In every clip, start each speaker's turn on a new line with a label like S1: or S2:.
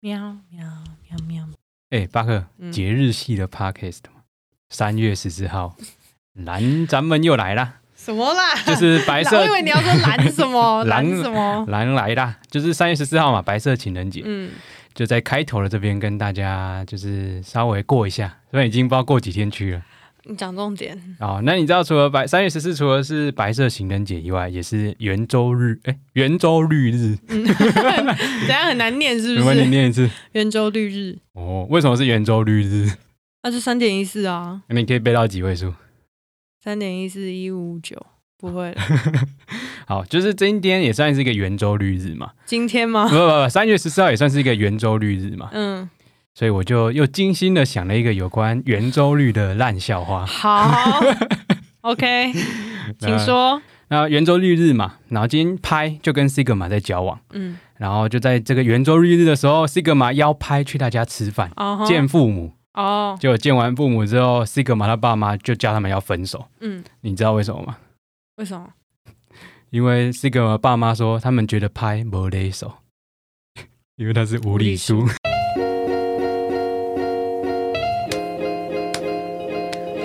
S1: 喵喵喵喵，
S2: 哎、巴克，
S1: 嗯
S2: 节日系的 podcast 嘛，三月十四号，蓝咱们又来啦，
S1: 什么啦？
S2: 就是白色
S1: 我以为你要说蓝什么
S2: 蓝
S1: 蓝什么？
S2: 蓝来啦，就是三月十四号嘛，白色情人节，
S1: 嗯，
S2: 就在开头的这边跟大家就是稍微过一下，虽然已经不知道过几天去了
S1: 你讲重点。
S2: 哦。那你知道除了白三月十四，除了是白色情人节以外，也是圆周日，哎、圆周率日，
S1: 嗯等一下很难念是
S2: 没
S1: 不
S2: 问你
S1: 是？
S2: 念一次
S1: 圆周率日，
S2: 哦。为什么是圆周率日？
S1: 那就三点一四啊，
S2: 你可以背到几位数？
S1: 三点一四一五五九，不会 了。
S2: 好，就是今天也算是一个圆周率日嘛。
S1: 今天吗
S2: 不？不不，三月十四号也算是一个圆周率日嘛，
S1: 嗯，
S2: 所以我就又精心的想了一个有关圆周率的烂笑话。
S1: 好，OK，请说。
S2: 那圆周率日嘛，然后今天拍就跟 Sigma 在交往，
S1: 嗯，
S2: 然后就在这个圆周率日的时候，Sigma 邀拍去他家吃饭。
S1: 哦吼
S2: 见父母，
S1: 哦，
S2: 结果见完父母之后，Sigma 他爸妈就叫他们要分手。
S1: 嗯，
S2: 你知道为什么吗？
S1: 为什么？
S2: 因为 Sigma 爸妈说他们觉得拍没得手， 因为他是无理
S1: 无
S2: 数
S1: 理。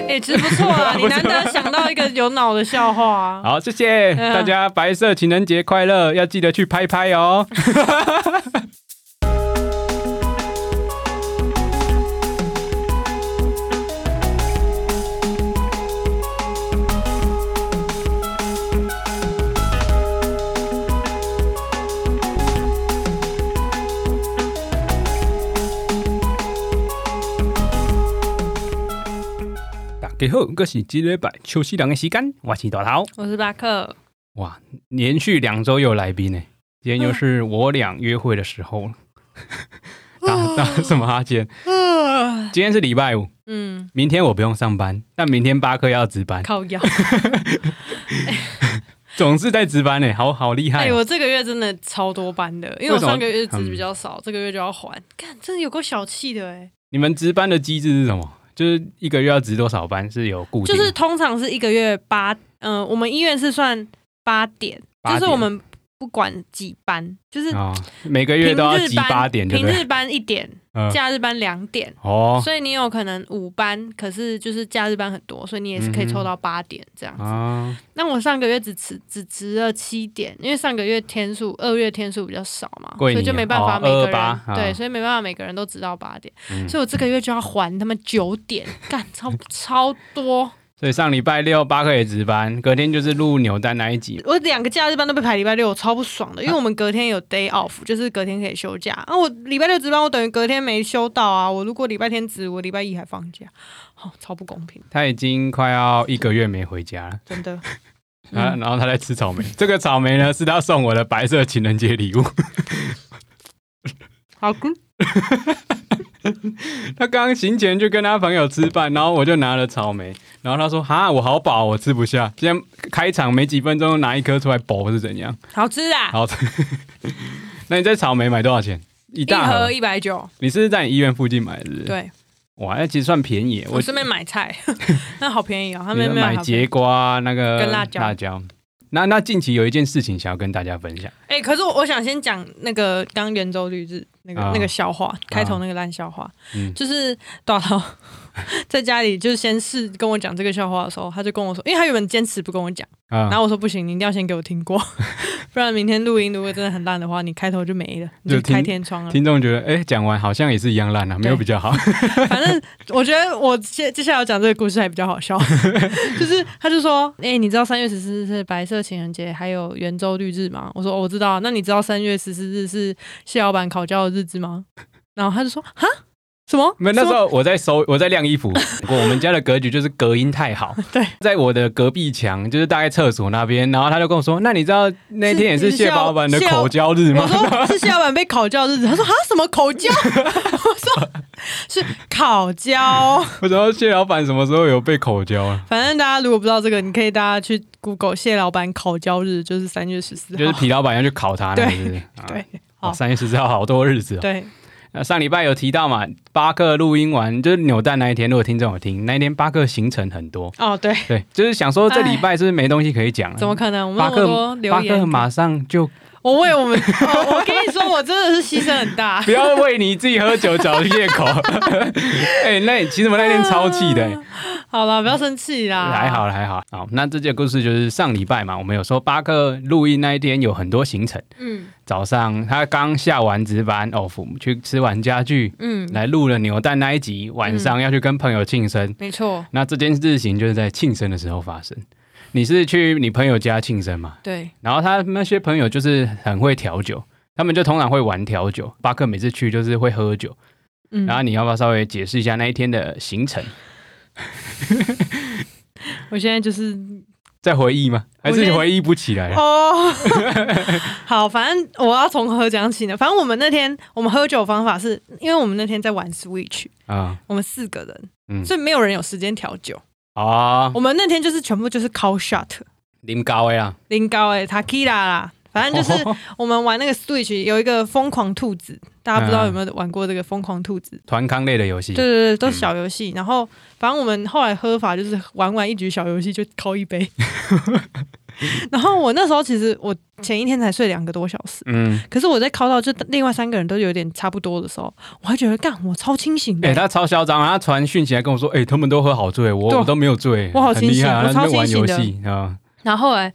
S1: 哎，其实不错 啊，你难得想到一个有脑的笑话啊。
S2: 好，谢谢、
S1: 嗯
S2: 大家，白色情人节快乐！要记得去拍拍哦。大家好，我是这礼拜休息两的时间，我是大头。
S1: 我是巴克，
S2: 哇，连续两周又有来宾呢，今
S1: 嗯
S2: 天又是我俩约会的时候了。 打打什么哈欠？今天是礼拜五，
S1: 嗯，
S2: 明天我不用上班，但明天巴克要值班，
S1: 靠腰。
S2: 总是在值班呢，好好厉害
S1: 哎、
S2: 哦、
S1: 我这个月真的超多班的，因为我
S2: 为什么嗯
S1: 上个月值比较少，这个月就要还。看，真的有够小气的哎、
S2: 你们值班的机制是什么？就是一个月要值多少班是有固定
S1: 就
S2: 的？
S1: 是通常是一个月八，嗯、我们医院是算八点，
S2: 八点
S1: 就是我们不管几班，就是
S2: 啊、每个月
S1: 平
S2: 都要
S1: 日
S2: 集
S1: 班
S2: 八点，对不
S1: 平
S2: 对？
S1: 日班一点，
S2: 嗯
S1: 假日班两点。
S2: 哦
S1: 所以你有可能五班，可是就是假日班很多，所以你也是可以
S2: 嗯哼
S1: 抽到八点这样子。
S2: 啊，
S1: 那我上个月只值只值了七点，因为上个月天数二月天数比较少嘛，所
S2: 贵你
S1: 以就没办法
S2: 哦
S1: 每个人、
S2: 228啊
S1: 对，所以没办法每个人都值到八点，
S2: 嗯
S1: 所以我这个月就要还他们九点，干超超多，
S2: 所以上礼拜六巴克也值班，隔天就是录扭蛋那一集。
S1: 我两个假日班都被排礼拜六，我超不爽
S2: 啊
S1: 的，因为我们隔天有 day off，就是隔天可以休假，啊，我礼拜六值班，我等于隔天没休到啊，我如果礼拜天值，我礼拜一还放假，哦，超不公平，
S2: 他已经快要一个月没回家了，
S1: 真的。
S2: 啊，
S1: 嗯
S2: 然后他在吃草莓。这个草莓呢，是他送我的白色情人节礼物。
S1: 好，嗯
S2: 他刚刚行前就跟他朋友吃饭，然后我就拿了草莓，然后他说：“哈，我好饱，我吃不下。”今天开场没几分钟，拿一颗出来饱是怎样？
S1: 好吃啊，
S2: 好， 那你在草莓买多少钱？一
S1: 一
S2: 大
S1: 盒
S2: 盒？
S1: 一百九，
S2: 你是不是在你医院附近买的是不是？，
S1: 对。
S2: 哇，那其实算便宜耶。
S1: 我顺便买 菜，那好便宜哦，他
S2: 你
S1: 们
S2: 说
S1: 没有
S2: 买
S1: 好便宜
S2: 节瓜那个
S1: 跟辣椒
S2: 那那近期有一件事情想要跟大家分享，
S1: 哎、可是我我想先讲那个刚圆周率日那个、
S2: 啊
S1: 那个笑话，开头那个烂笑话，
S2: 嗯
S1: 就是导 导在家里就是先试跟我讲这个笑话的时候，他就跟我说，因为他原本坚持不跟我讲，
S2: 啊
S1: 然，后我说不行，你一定要先给我听过， 不然明天录音如果真的很烂的话，你开头就没了，你
S2: 就
S1: 就开
S2: 听
S1: 天窗了。
S2: 听众觉得，哎、讲完好像也是一样烂啊，没有比较好。
S1: 反正我觉得我接接下来要讲这个故事还比较 好笑，就是他就说，哎、你知道三月十四日是白色情人节，还有圆周率日吗？我说、哦我知道啊，那你知道三月十四日是谢老板考教的日子吗？然后他就说，哈，什么？
S2: 没有，那时
S1: 什么，
S2: 候我在收，我在晾衣服。不过我们家的格局就是隔音太好
S1: 对，
S2: 在我的隔壁墙，就是大概厕所那边。然后他就跟我说：“那你知道那天也是
S1: 是
S2: 蟹老板的
S1: 蟹
S2: 口交日
S1: 我
S2: 吗？”
S1: 说是谢老板被考教的日子，他说哈什么口 交？我说是考教。
S2: 我说蟹老板什么时候有被口交啊？
S1: 反正大家如果不知道这个，你可以大家去 Google 谢老板考教日，就是三月十四
S2: 就是
S1: 号。
S2: 皮老板要去烤他那日。啊
S1: 对，
S2: 哇
S1: 好
S2: 三月十四号好多日子哦。
S1: 对，
S2: 那上礼拜有提到嘛，巴克录音完就是扭蛋那一天，如果听众有听，那一天巴克行程很多。
S1: 哦对。
S2: 对，就是想说这礼拜是不是没东西可以讲了？
S1: 怎么可能？我们
S2: 巴
S1: 那么
S2: 克
S1: 多留
S2: 巴克
S1: 言，
S2: 马上就
S1: 我为我们，哦我我跟你说，我真的是牺牲很 大
S2: 不。要为你自己喝酒找借口。哎、那其实我那天超气的、哎
S1: 好了，不要生气啦。
S2: 还好，还好。好，那这件故事就是上礼拜嘛，我们有说巴克录音那一天有很多行程，
S1: 嗯
S2: 早上他刚下完值班，off 去吃完家具，
S1: 嗯，
S2: 来录了扭蛋那一集，晚上要去跟朋友庆生。
S1: 没错，
S2: 那这件事情就是在庆生的时候发生。你是去你朋友家庆生嘛？
S1: 对，
S2: 然后他那些朋友就是很会调酒，他们就通常会玩调酒。巴克每次去就是会喝酒，
S1: 嗯，
S2: 然后你要不要稍微解释一下那一天的行程？
S1: 我现在就是
S2: 在回忆吗？还
S1: 我
S2: 是
S1: 先
S2: 回忆不起来了？
S1: 哦， 好，反正我要从何讲起呢？反正我们那天我们喝酒的方法是，因为我们那天在玩 Switch，
S2: 啊、
S1: 我们四个人，
S2: 嗯
S1: 所以没有人有时间调酒。
S2: 哦，
S1: 我们那天就是全部就是 call shot，
S2: 林高威啊，
S1: 零高哎、欸、，Takira 啦，反正
S2: 哦
S1: 就是我们玩那个 Switch 有一个疯狂兔子，大家不知道有没有玩过这个疯狂兔子？
S2: 团康类的游戏
S1: 对，对对，都是小游戏。然后反正我们后来喝法就是玩完一局小游戏就 call 一 杯。然后我那时候其实我前一天才睡两个多小时。
S2: 嗯，
S1: 可是我在考到就另外三个人都有点差不多的时候，我还觉得干我超清醒的、
S2: 哎、他超嚣张啊，他传讯息来跟我说，哎、他们都喝好醉，
S1: 对
S2: 我我都没有醉，
S1: 我好
S2: 很
S1: 清
S2: 厉
S1: 醒
S2: 害啊，
S1: 我
S2: 他
S1: 超
S2: 们玩
S1: 清
S2: 游
S1: 醒的
S2: 戏啊，
S1: 然后后来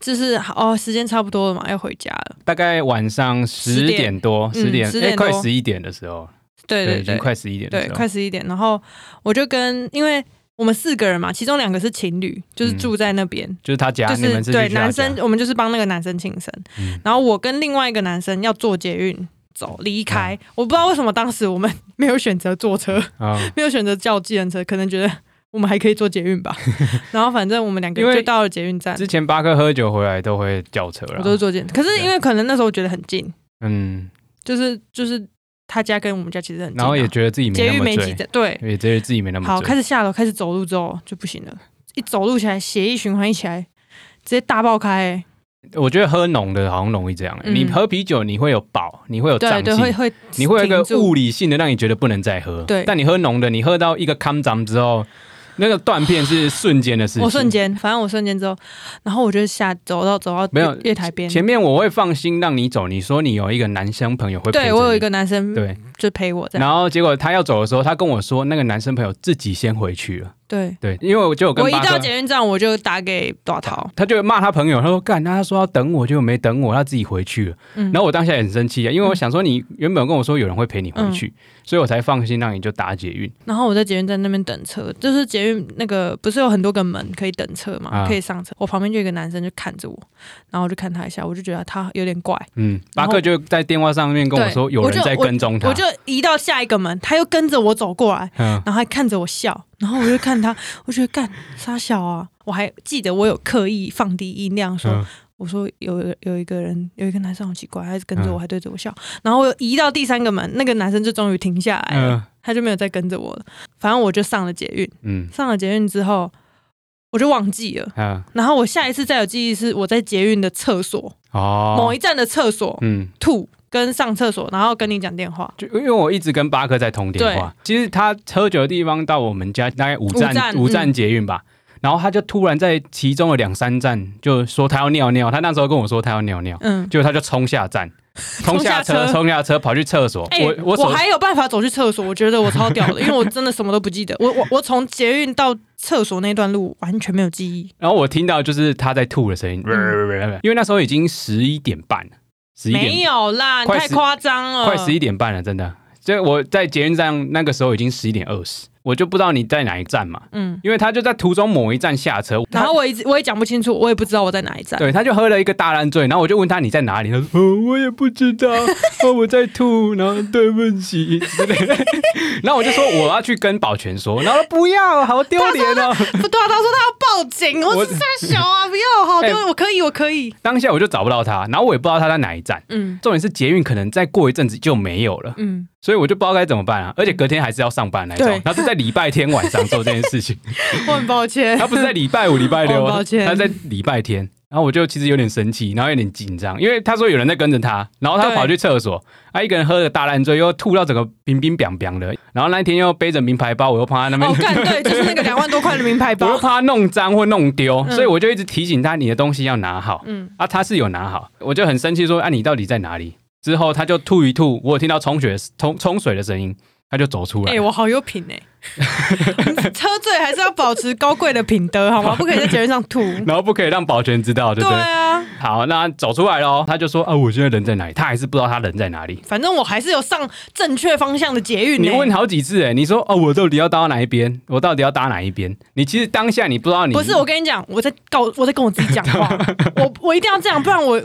S1: 就是哦时间差不多了嘛，要回家了。
S2: 大概晚上十
S1: 点
S2: 点多，十
S1: 嗯
S2: 点，
S1: 10
S2: 哎、
S1: 点多
S2: 快十一点的时候，
S1: 对对
S2: 已经
S1: 对，
S2: 快十一点的
S1: 对
S2: 时候，
S1: 快十一点。然后我就跟因为我们四个人嘛，其中两个是情侣，就是
S2: 嗯
S1: 住在那边。
S2: 就是他家，
S1: 就
S2: 你们
S1: 是
S2: 是
S1: 对
S2: 去他
S1: 男
S2: 家
S1: 生，，我们就是帮那个男生庆生，
S2: 嗯
S1: 然后我跟另外一个男生要坐捷运走离开，
S2: 嗯
S1: 我不知道为什么当时我们 没有选择坐车，
S2: 啊、
S1: 没有选择叫计程车，可能觉得我们还可以坐捷 运吧。然后反正我们两个
S2: 因为
S1: 就到了捷运站，
S2: 之前巴克喝酒回来都会叫车
S1: 我都是
S2: 了，
S1: 坐捷运，可是
S2: 啊
S1: 因为可能那时候我觉得很近，
S2: 嗯，
S1: 就是就是他家跟我们家其实很近啊、
S2: 然后也觉得自己没
S1: 捷
S2: 那
S1: 运
S2: 么
S1: 没几
S2: 醉，
S1: 站，对，
S2: 也觉得自己没那么
S1: 好，
S2: 醉
S1: 开始下楼，开始走路之后就不行了，一走路起来，血液循环一起来，直接大爆开、欸
S2: 我觉得喝浓的好像容易这样、欸
S1: 嗯
S2: 你喝啤酒你会有饱，你会有胀
S1: 对
S2: 气，
S1: 对，会会，
S2: 你会有一个
S1: 停住
S2: 物理性的让你觉得不能再喝。
S1: 对
S2: 但你喝浓的，你喝到一个康涨之后，那个断片是瞬间的事情。
S1: 我瞬间，反正我瞬间之后，然后我就下走到走到
S2: 没有
S1: 月月台边，
S2: 前面我会放心让你走，你说你有一个男生朋友会陪着
S1: 对
S2: 你
S1: 我有一个男生
S2: 对，
S1: 就陪我这样，
S2: 然后结果他要走的时候，他跟我说那个男生朋友自己先回去了。
S1: 对
S2: 对，因为我就有跟
S1: 我一
S2: 巴
S1: 到
S2: 克，
S1: 捷运站我就打给短桃，
S2: 他就骂他朋友，他说干，那他说要等我，就没等我，他自己回去了。
S1: 嗯，
S2: 然后我当下也很生气啊，因为我想说你原本跟我说有人会陪你回
S1: 嗯
S2: 去，所以我才放心让你就打捷运。
S1: 然后我在捷运站那边等车，就是捷运那个不是有很多个门可以等车嘛，
S2: 啊
S1: 可以上车，我旁边就有一个男生就看着我，然后我就看他一下，我就觉得他有点怪。
S2: 嗯，
S1: 然
S2: 巴
S1: 后
S2: 克就在电话上面跟我
S1: 对
S2: 说有
S1: 我
S2: 人
S1: 就
S2: 在跟踪他，
S1: 我就移到下一个门，他又跟着我走过来，
S2: 嗯
S1: 然后还看着我笑，然后我就看他，我觉得干傻小啊！我还记得我有刻意放低音量说，
S2: 嗯
S1: 我说有有一个人，有一个男生好奇怪，他一直跟着我，
S2: 嗯
S1: 还对着我笑。然后我又移到第三个门，那个男生就终于停下来了，
S2: 嗯
S1: 他就没有再跟着我了。反正我就上了捷运，
S2: 嗯
S1: 上了捷运之后我就忘记了。
S2: 嗯
S1: 然后我下一次再有记忆是我在捷运的厕所，
S2: 哦，
S1: 某一站的厕所、
S2: 嗯，
S1: 吐跟上厕所，然后跟你讲电话。
S2: 就因为我一直跟巴克在通电话，其实他喝酒的地方到我们家大概五站
S1: 五站嗯
S2: 站捷运吧。然后他就突然在其中的两三站就说他要尿尿，他那时候跟我说他要尿尿，
S1: 嗯，
S2: 结果他就冲下站，冲
S1: 冲下
S2: 下车，
S1: 车
S2: 冲下车跑去厕所。
S1: 哎、
S2: 我
S1: 我
S2: 我手
S1: 还有办法走去厕所，我觉得我超屌 的，因为我真的什么都不记得。我我我从捷运到厕所那段路完全没有记忆，
S2: 然后我听到就是他在吐的声音，因为那时候已经十一点半了，十一
S1: 没
S2: 点
S1: 有啦，你
S2: 快
S1: 太
S2: 十
S1: 夸张了，
S2: 快十一点半了，真的。就我在捷运站那个时候已经十一点二十，我就不知道你在哪一站嘛，
S1: 嗯。
S2: 因为他就在途中某一站下车，
S1: 然
S2: 他
S1: 后我一直我也讲不清楚，我也不知道我在哪一站。
S2: 对他就喝了一个大烂醉，然后我就问他你在哪里，他说、哦、我也不知道，哦我在吐，然后对不起之类的，然后我就说我要去跟保全说，然后他不要，好丢脸哦。
S1: 不对啊，他说他要报警，我
S2: 我
S1: 是在小啊，不要，好
S2: 哎
S1: 丢，我可以，我可以。
S2: 当下我就找不到他，然后我也不知道他在哪一站。
S1: 嗯
S2: 重点是捷运可能再过一阵子就没有了，
S1: 嗯，
S2: 所以我就不知道该怎么办啊！而且隔天还是要上班来找
S1: 对，
S2: 他是在礼拜天 晚上做这件事情，
S1: 我很抱歉
S2: 他。不是在礼拜五、礼拜六，
S1: 哦抱歉
S2: 他在礼拜天。然后我就其实有点生气，然后有点紧张，因为他说有人在跟着他，然后他
S1: 对
S2: 跑去厕所，啊他一个人喝了大烂醉，又吐到整个冰冰凉凉的，然后那一天又背着名牌包，我又怕他那边
S1: 哦，干对，就是那个两万多块的名牌
S2: 我又
S1: 包。
S2: 怕他弄脏或弄丢，
S1: 嗯
S2: 所以我就一直提醒他，你的东西要拿好。
S1: 嗯，
S2: 啊，他是有拿好，我就很生气说，啊，你到底在哪里？之后他就吐一吐，我有听到冲水冲冲水的声音，他就走出来。
S1: 哎、我好有品 哎、喝醉还是要保持高贵的品德好吗？不可以在节目上吐。
S2: 然后不可以让保全知道，对
S1: 对
S2: 不对？
S1: 啊，
S2: 好，那走出来喽，他就说啊，我现在人在哪里？他还是不知道他人在哪里。
S1: 反正我还是有上正确方向的捷运、欸。
S2: 你问好几次哎、你说哦，我到底要搭哪一边？我到底要搭哪一边？你其实当下你不知道你
S1: 不是，我跟你讲，我在告，我在跟我自己讲 话，我我一定要这样，不然我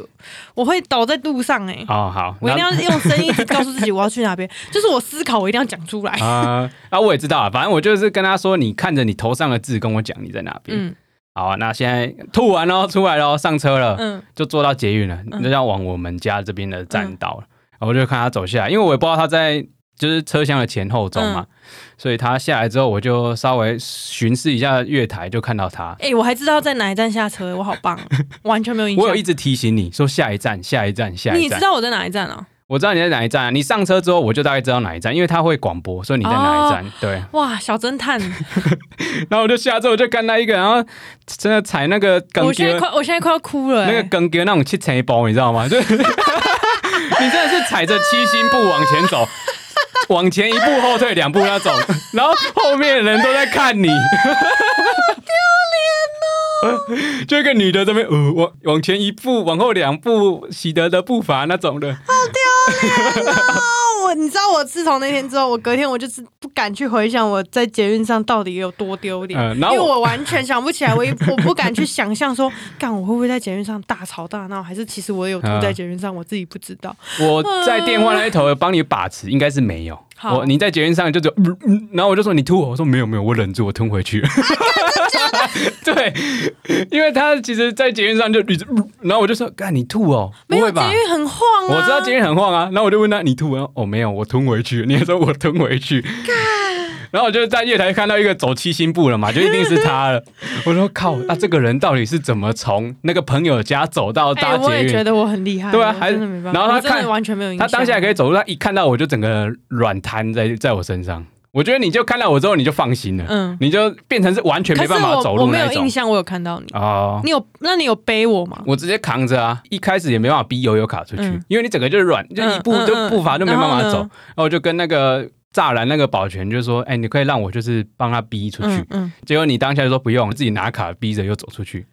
S1: 我会倒在路上哎、
S2: 哦好，
S1: 我一定
S2: 然
S1: 要
S2: 后
S1: 用声音一直告诉自己我要去哪边， 就是我思考，我一定要讲出 来。
S2: 啊啊，我也知道啊，反正我就是跟他说，你看着你头上的字跟我讲你在哪边。
S1: 嗯
S2: 好啊，那现在吐完喽，出来喽，上车了，
S1: 嗯，
S2: 就坐到捷运了，
S1: 嗯
S2: 那要往我们家这边的站到了。然后我就看他走下来，因为我也不知道他在就是车厢的前后中嘛，
S1: 嗯
S2: 所以他下来之后，我就稍微巡视一下月台，就看到他。
S1: 哎、我还知道在哪一站下车，我好 棒，完全没有印象。
S2: 我有一直提醒你说下一站，下一站，下一
S1: 你知
S2: 站。
S1: 道我在哪一站啊？
S2: 我知道你在哪一站、啊，你上车之后我就大概知道哪一站，因为他会广播说你在哪一站。 对，
S1: 哇，小侦探！
S2: 然后我就下车，我就看到一个，然后真的踩那个梗
S1: 我现在
S2: 街，
S1: 快，我现在快要哭了、欸。
S2: 那个梗街那种七层一包，你知道吗？ 就是你真的是踩着七星步往前走，往前一步后退两步那种，然后后面的人都在看你。 就一个女的这边，呃，往往前一步，往后两步，喜得的步伐那种的，
S1: 哦我你知道，我自从那天之后，我隔天我就是不敢去回想我在捷运上到底有多丢脸，
S2: 嗯
S1: 因
S2: 然后
S1: 为
S2: 我
S1: 我完全想不起来，我也我不敢去想象说，干我会不会在捷运上大吵大闹，还是其实我有吐
S2: 啊
S1: 在捷运上，我自己不知道。
S2: 我在电话那一头帮你把持，应该是没有。
S1: 好
S2: 我你在捷运上就只有、嗯嗯，然后我就说你吐我，我说没有没有，我忍住，我吞回 去。对，因为他其实，在捷运上就一直、嗯然后我就说，干你吐哦，
S1: 没
S2: 不
S1: 有
S2: 会
S1: 捷
S2: 吧？
S1: 运很晃啊，
S2: 我知道捷运很晃啊，然后我就问他你吐，然后哦没有，我吞回去。 你还说我吞回去， 然后我就在月台看到一个走七星步了嘛，就一定是他了。我说靠，那、这个人到底是怎么从那个朋友家走到
S1: 哎、
S2: 搭
S1: 我
S2: 捷
S1: 也
S2: 运？
S1: 觉得我很厉害，
S2: 对啊
S1: 我
S2: 还
S1: 真的没办法，
S2: 然后他
S1: 我真
S2: 看
S1: 的完全没有印
S2: 他
S1: 象。
S2: 当下可以走路，他一看到我就整个软瘫在在我身上。我觉得你就看到我之后，你就放心了，
S1: 嗯，
S2: 你就变成是完全
S1: 可
S2: 没
S1: 是
S2: 办法
S1: 我
S2: 走
S1: 我
S2: 路
S1: 没
S2: 那
S1: 有
S2: 一种
S1: 印象，我有看到你，
S2: 哦。
S1: 你有那你有背我吗？
S2: 我直接扛着啊，一开始也没办法逼悠悠卡出去，
S1: 嗯
S2: 因为你整个就是软，就一步
S1: 嗯嗯
S2: 就
S1: 嗯
S2: 步伐就没办法
S1: 然后呢
S2: 走。然后我就跟那个栅栏那个保全就说：“哎、你可以让我就是帮他逼出去。
S1: 嗯嗯，
S2: 结果你当下就说不用，自己拿卡逼着又走 出去，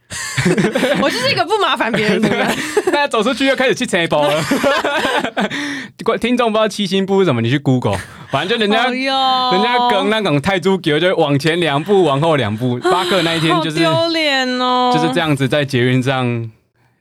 S1: 嗯我就是一个不麻烦别人的人。
S2: 那走出去又开始去拆包了。 听众不知道七星步是什么，你去 Google，反正就人家
S1: 哎呦
S2: 人家跟那种泰铢球就往前两步，往后两步。巴克那一天
S1: 哦好
S2: 就是
S1: 丢脸哦，
S2: 就是这样子在捷运上。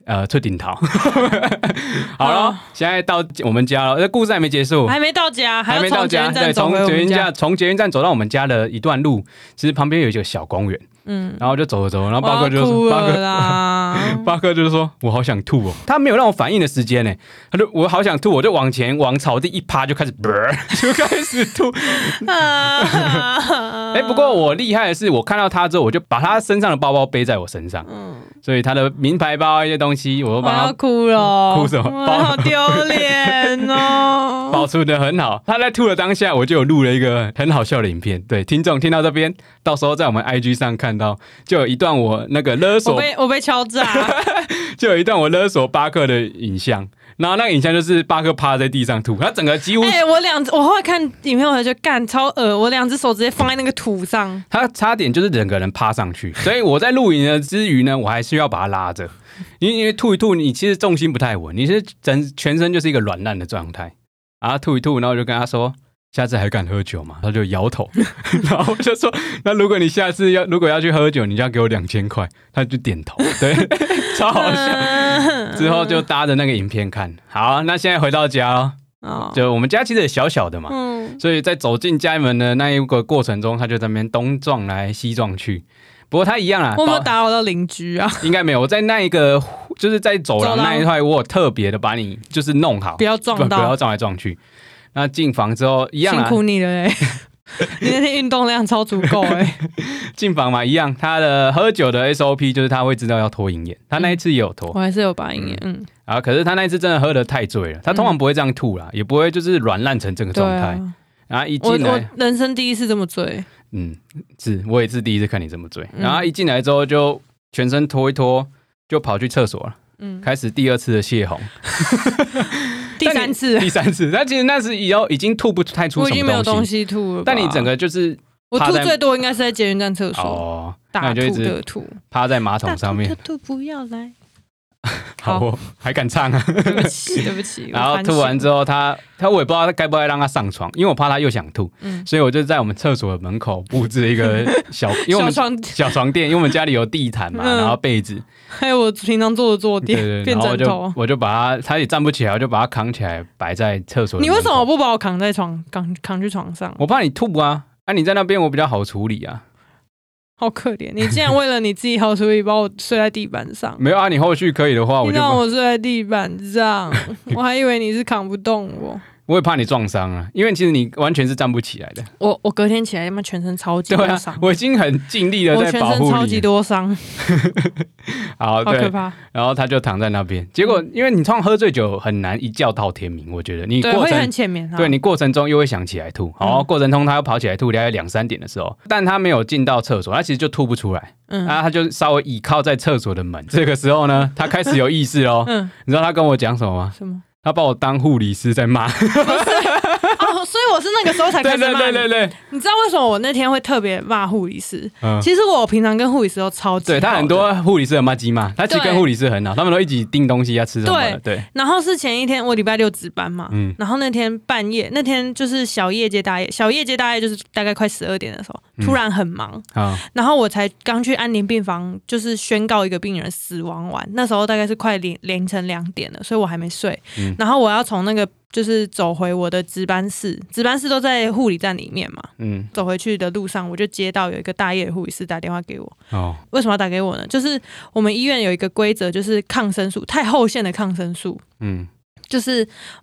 S2: 呃，出顶桃， 好了
S1: 好，
S2: 现在到我们家了，这故事还没结束，
S1: 哦还没到家，
S2: 还
S1: 要
S2: 没到
S1: 从捷
S2: 家，
S1: 运站
S2: 对，
S1: 走回
S2: 从
S1: 我
S2: 捷
S1: 们
S2: 运
S1: 家。
S2: 站从捷运站走到我们家的一段路，其实旁边有一个小公园，
S1: 嗯，
S2: 然后就走着走，然后巴克
S1: 我
S2: 就
S1: 要哭
S2: 说，巴
S1: 了
S2: 克
S1: 啦。
S2: 巴克就说，我好想吐哦，他没有让我反应的时间呢，他就我好想吐，我就往前往草地一趴就开始， 就开始吐，
S1: 啊
S2: 哎、不
S1: 嗯
S2: 过我厉害的是，我看到他之后，我就把他身上的包包背在我身上，
S1: 嗯，
S2: 所以他的名牌包一些东西，我都
S1: 我
S2: 把
S1: 要
S2: 它
S1: 哭了，
S2: 哭什么
S1: 我好丢脸哦。
S2: 保存的很好。他在吐的当下，我就有录了一个很好笑的影片。对，听众听到这边，到时候在我们 IG 上看到，就有一段我那个勒
S1: 我
S2: 索，
S1: 被我被敲 诈，
S2: 就有一段我勒索巴克的影像。然后那个影像就是巴克趴在地上吐，他整个几乎、
S1: 哎，我两我后来看影片，我就干超恶，我两只手直接放在那个土 上，
S2: 他差点就是整个人趴上去，所以我在露营的之余呢，我还是要把他拉着，因因为吐一吐，你其实重心不太稳，你是整全身就是一个软烂的状态，啊吐一吐，然后我就跟他说。下次还敢喝酒吗？他就摇头， 然后我就说：“那如果你下次要如果要去喝酒，你就要给我两千块。”他就点头，对，超好笑。
S1: 嗯
S2: 之后就搭着那个影片看。好，那现在回到家咯，
S1: 哦
S2: 就我们家其实也小小的嘛，
S1: 嗯，
S2: 所以在走进家门的那一个过程中，他就在那边东撞来西撞去。不过他一样啊，
S1: 我有没有
S2: 包
S1: 打扰到邻居啊？
S2: 应该没有。我在那一个就是在走廊
S1: 走廊
S2: 那一块，我有特别的把你就是弄好，
S1: 不要撞
S2: 不不要
S1: 到，
S2: 撞来撞去。那进房之后一样
S1: 辛
S2: 啊，
S1: 苦你了哎。你那天运动量超足够哎、
S2: 进房嘛一样，他的喝酒的 SOP 就是他会知道要脱银眼，他那一次也有脱
S1: 我，还是有把瘾，嗯，
S2: 啊，可是他那一次真的喝的太醉了，他通常不会这样吐啦，也不会就是软烂成这个
S1: 对
S2: 状态。
S1: 啊，
S2: 然后一
S1: 我
S2: 进
S1: 我
S2: 来，
S1: 人生第一次这么醉，
S2: 嗯，是我也是第一次看你这么醉。
S1: 嗯
S2: 然后一进来之后就全身脱一脱，就跑去厕所了，
S1: 嗯，
S2: 开始第二次的泄洪，
S1: 第三次
S2: 第三次。但其实那时已要已经吐不太出
S1: 我已
S2: 什
S1: 经没有
S2: 么
S1: 东
S2: 东西，
S1: 西吐了吧，
S2: 但你整个就是
S1: 我
S2: 趴
S1: 吐
S2: 在
S1: 最多应该是在捷运站厕所，
S2: 哦，那
S1: 大
S2: 你就一
S1: 吐
S2: 直
S1: 的吐，
S2: 趴在马
S1: 大
S2: 桶上
S1: 吐
S2: 面
S1: 特，吐不要来，
S2: 好，
S1: 好
S2: 我 还敢唱啊！
S1: 对不起对不 起，
S2: 然后吐完之
S1: 后，
S2: 后，他他我也不知道该不该让他上床，因为我怕他又想吐。
S1: 嗯，
S2: 所以我就在我们厕所的门口布置了一个 小，因为我
S1: 小
S2: 们
S1: 床
S2: 小床垫，因为我们家里有地毯嘛，
S1: 嗯
S2: 然后被子，
S1: 还有我平常坐的坐
S2: 对
S1: 垫
S2: 对对，
S1: 变
S2: 然后我
S1: 枕头
S2: 就。我就把它，它也站不起来，我就把它扛起来摆在厕所。
S1: 你为什么？不把我扛在床扛扛去床上？
S2: 我怕你吐啊！啊，你在那边我比较好处理啊。
S1: 好可怜！你竟然为了你自己好，所以把我睡在地板 上。
S2: 没有啊，你后续可以的话，
S1: 你
S2: 我就
S1: 让
S2: 我
S1: 我睡在地板 上，我还以为你是扛不动我。
S2: 也怕你撞伤啊，因为其实你完全是站不起来的。
S1: 我我隔天起来，他妈全身超级
S2: 对
S1: 多
S2: 啊
S1: 伤，，
S2: 我已经很尽力的
S1: 我
S2: 在
S1: 全
S2: 保
S1: 身
S2: 护
S1: 超级
S2: 你。
S1: 多伤，
S2: 好，
S1: 好
S2: 对
S1: 可，怕。嗯
S2: 然后他就躺在那边，结果因为你通常喝醉酒很难一觉到天明，我觉得你
S1: 对，
S2: 过
S1: 会
S2: 程
S1: 很浅眠啊。
S2: 对你过程中又会想起来吐，好、
S1: 嗯
S2: 过程中他又跑起来吐，大概两三点的时候，但他没有进到厕所，他其实就吐不出来，
S1: 嗯
S2: 啊，他就稍微倚靠在厕所的门。这个时 候呢，他开始有意识哦。
S1: 嗯，
S2: 你知道他跟我讲什么吗？
S1: 什么？
S2: 他把我当护理师在骂。
S1: 哦，所以我是那个时候才开
S2: 对
S1: 始
S2: 对
S1: 骂
S2: 对
S1: 你
S2: 对。对，
S1: 你知道为什么我那天会特别骂护理师？
S2: 嗯。
S1: 其实我平常跟护理师都超级
S2: 对他
S1: 好
S2: 很
S1: 的
S2: 多护理师很骂鸡骂，他其实跟
S1: 对
S2: 护理师很好，他们都一起订东西啊，吃什么的。对，
S1: 然后是前一天我礼拜六值班嘛，
S2: 嗯
S1: 然后那天半夜，那天就是小夜接大夜，小夜接大夜就是大概快十二点的时候，
S2: 嗯
S1: 突然很忙，
S2: 啊，
S1: 然后我才刚去安宁病房，就是宣告一个病人死亡完，那时候大概是快凌凌晨两点了，所以我还没睡，
S2: 嗯
S1: 然后我要从那个就是走回我的值班室，值班室都在护理站里面嘛。
S2: 嗯，
S1: 走回去的路上，我就接到有一个大夜的护理师打电话给我。
S2: 哦，
S1: 为什么要打给我呢？就是我们医院有一个规则，就是抗生素太后线的抗生素，
S2: 嗯，
S1: 就是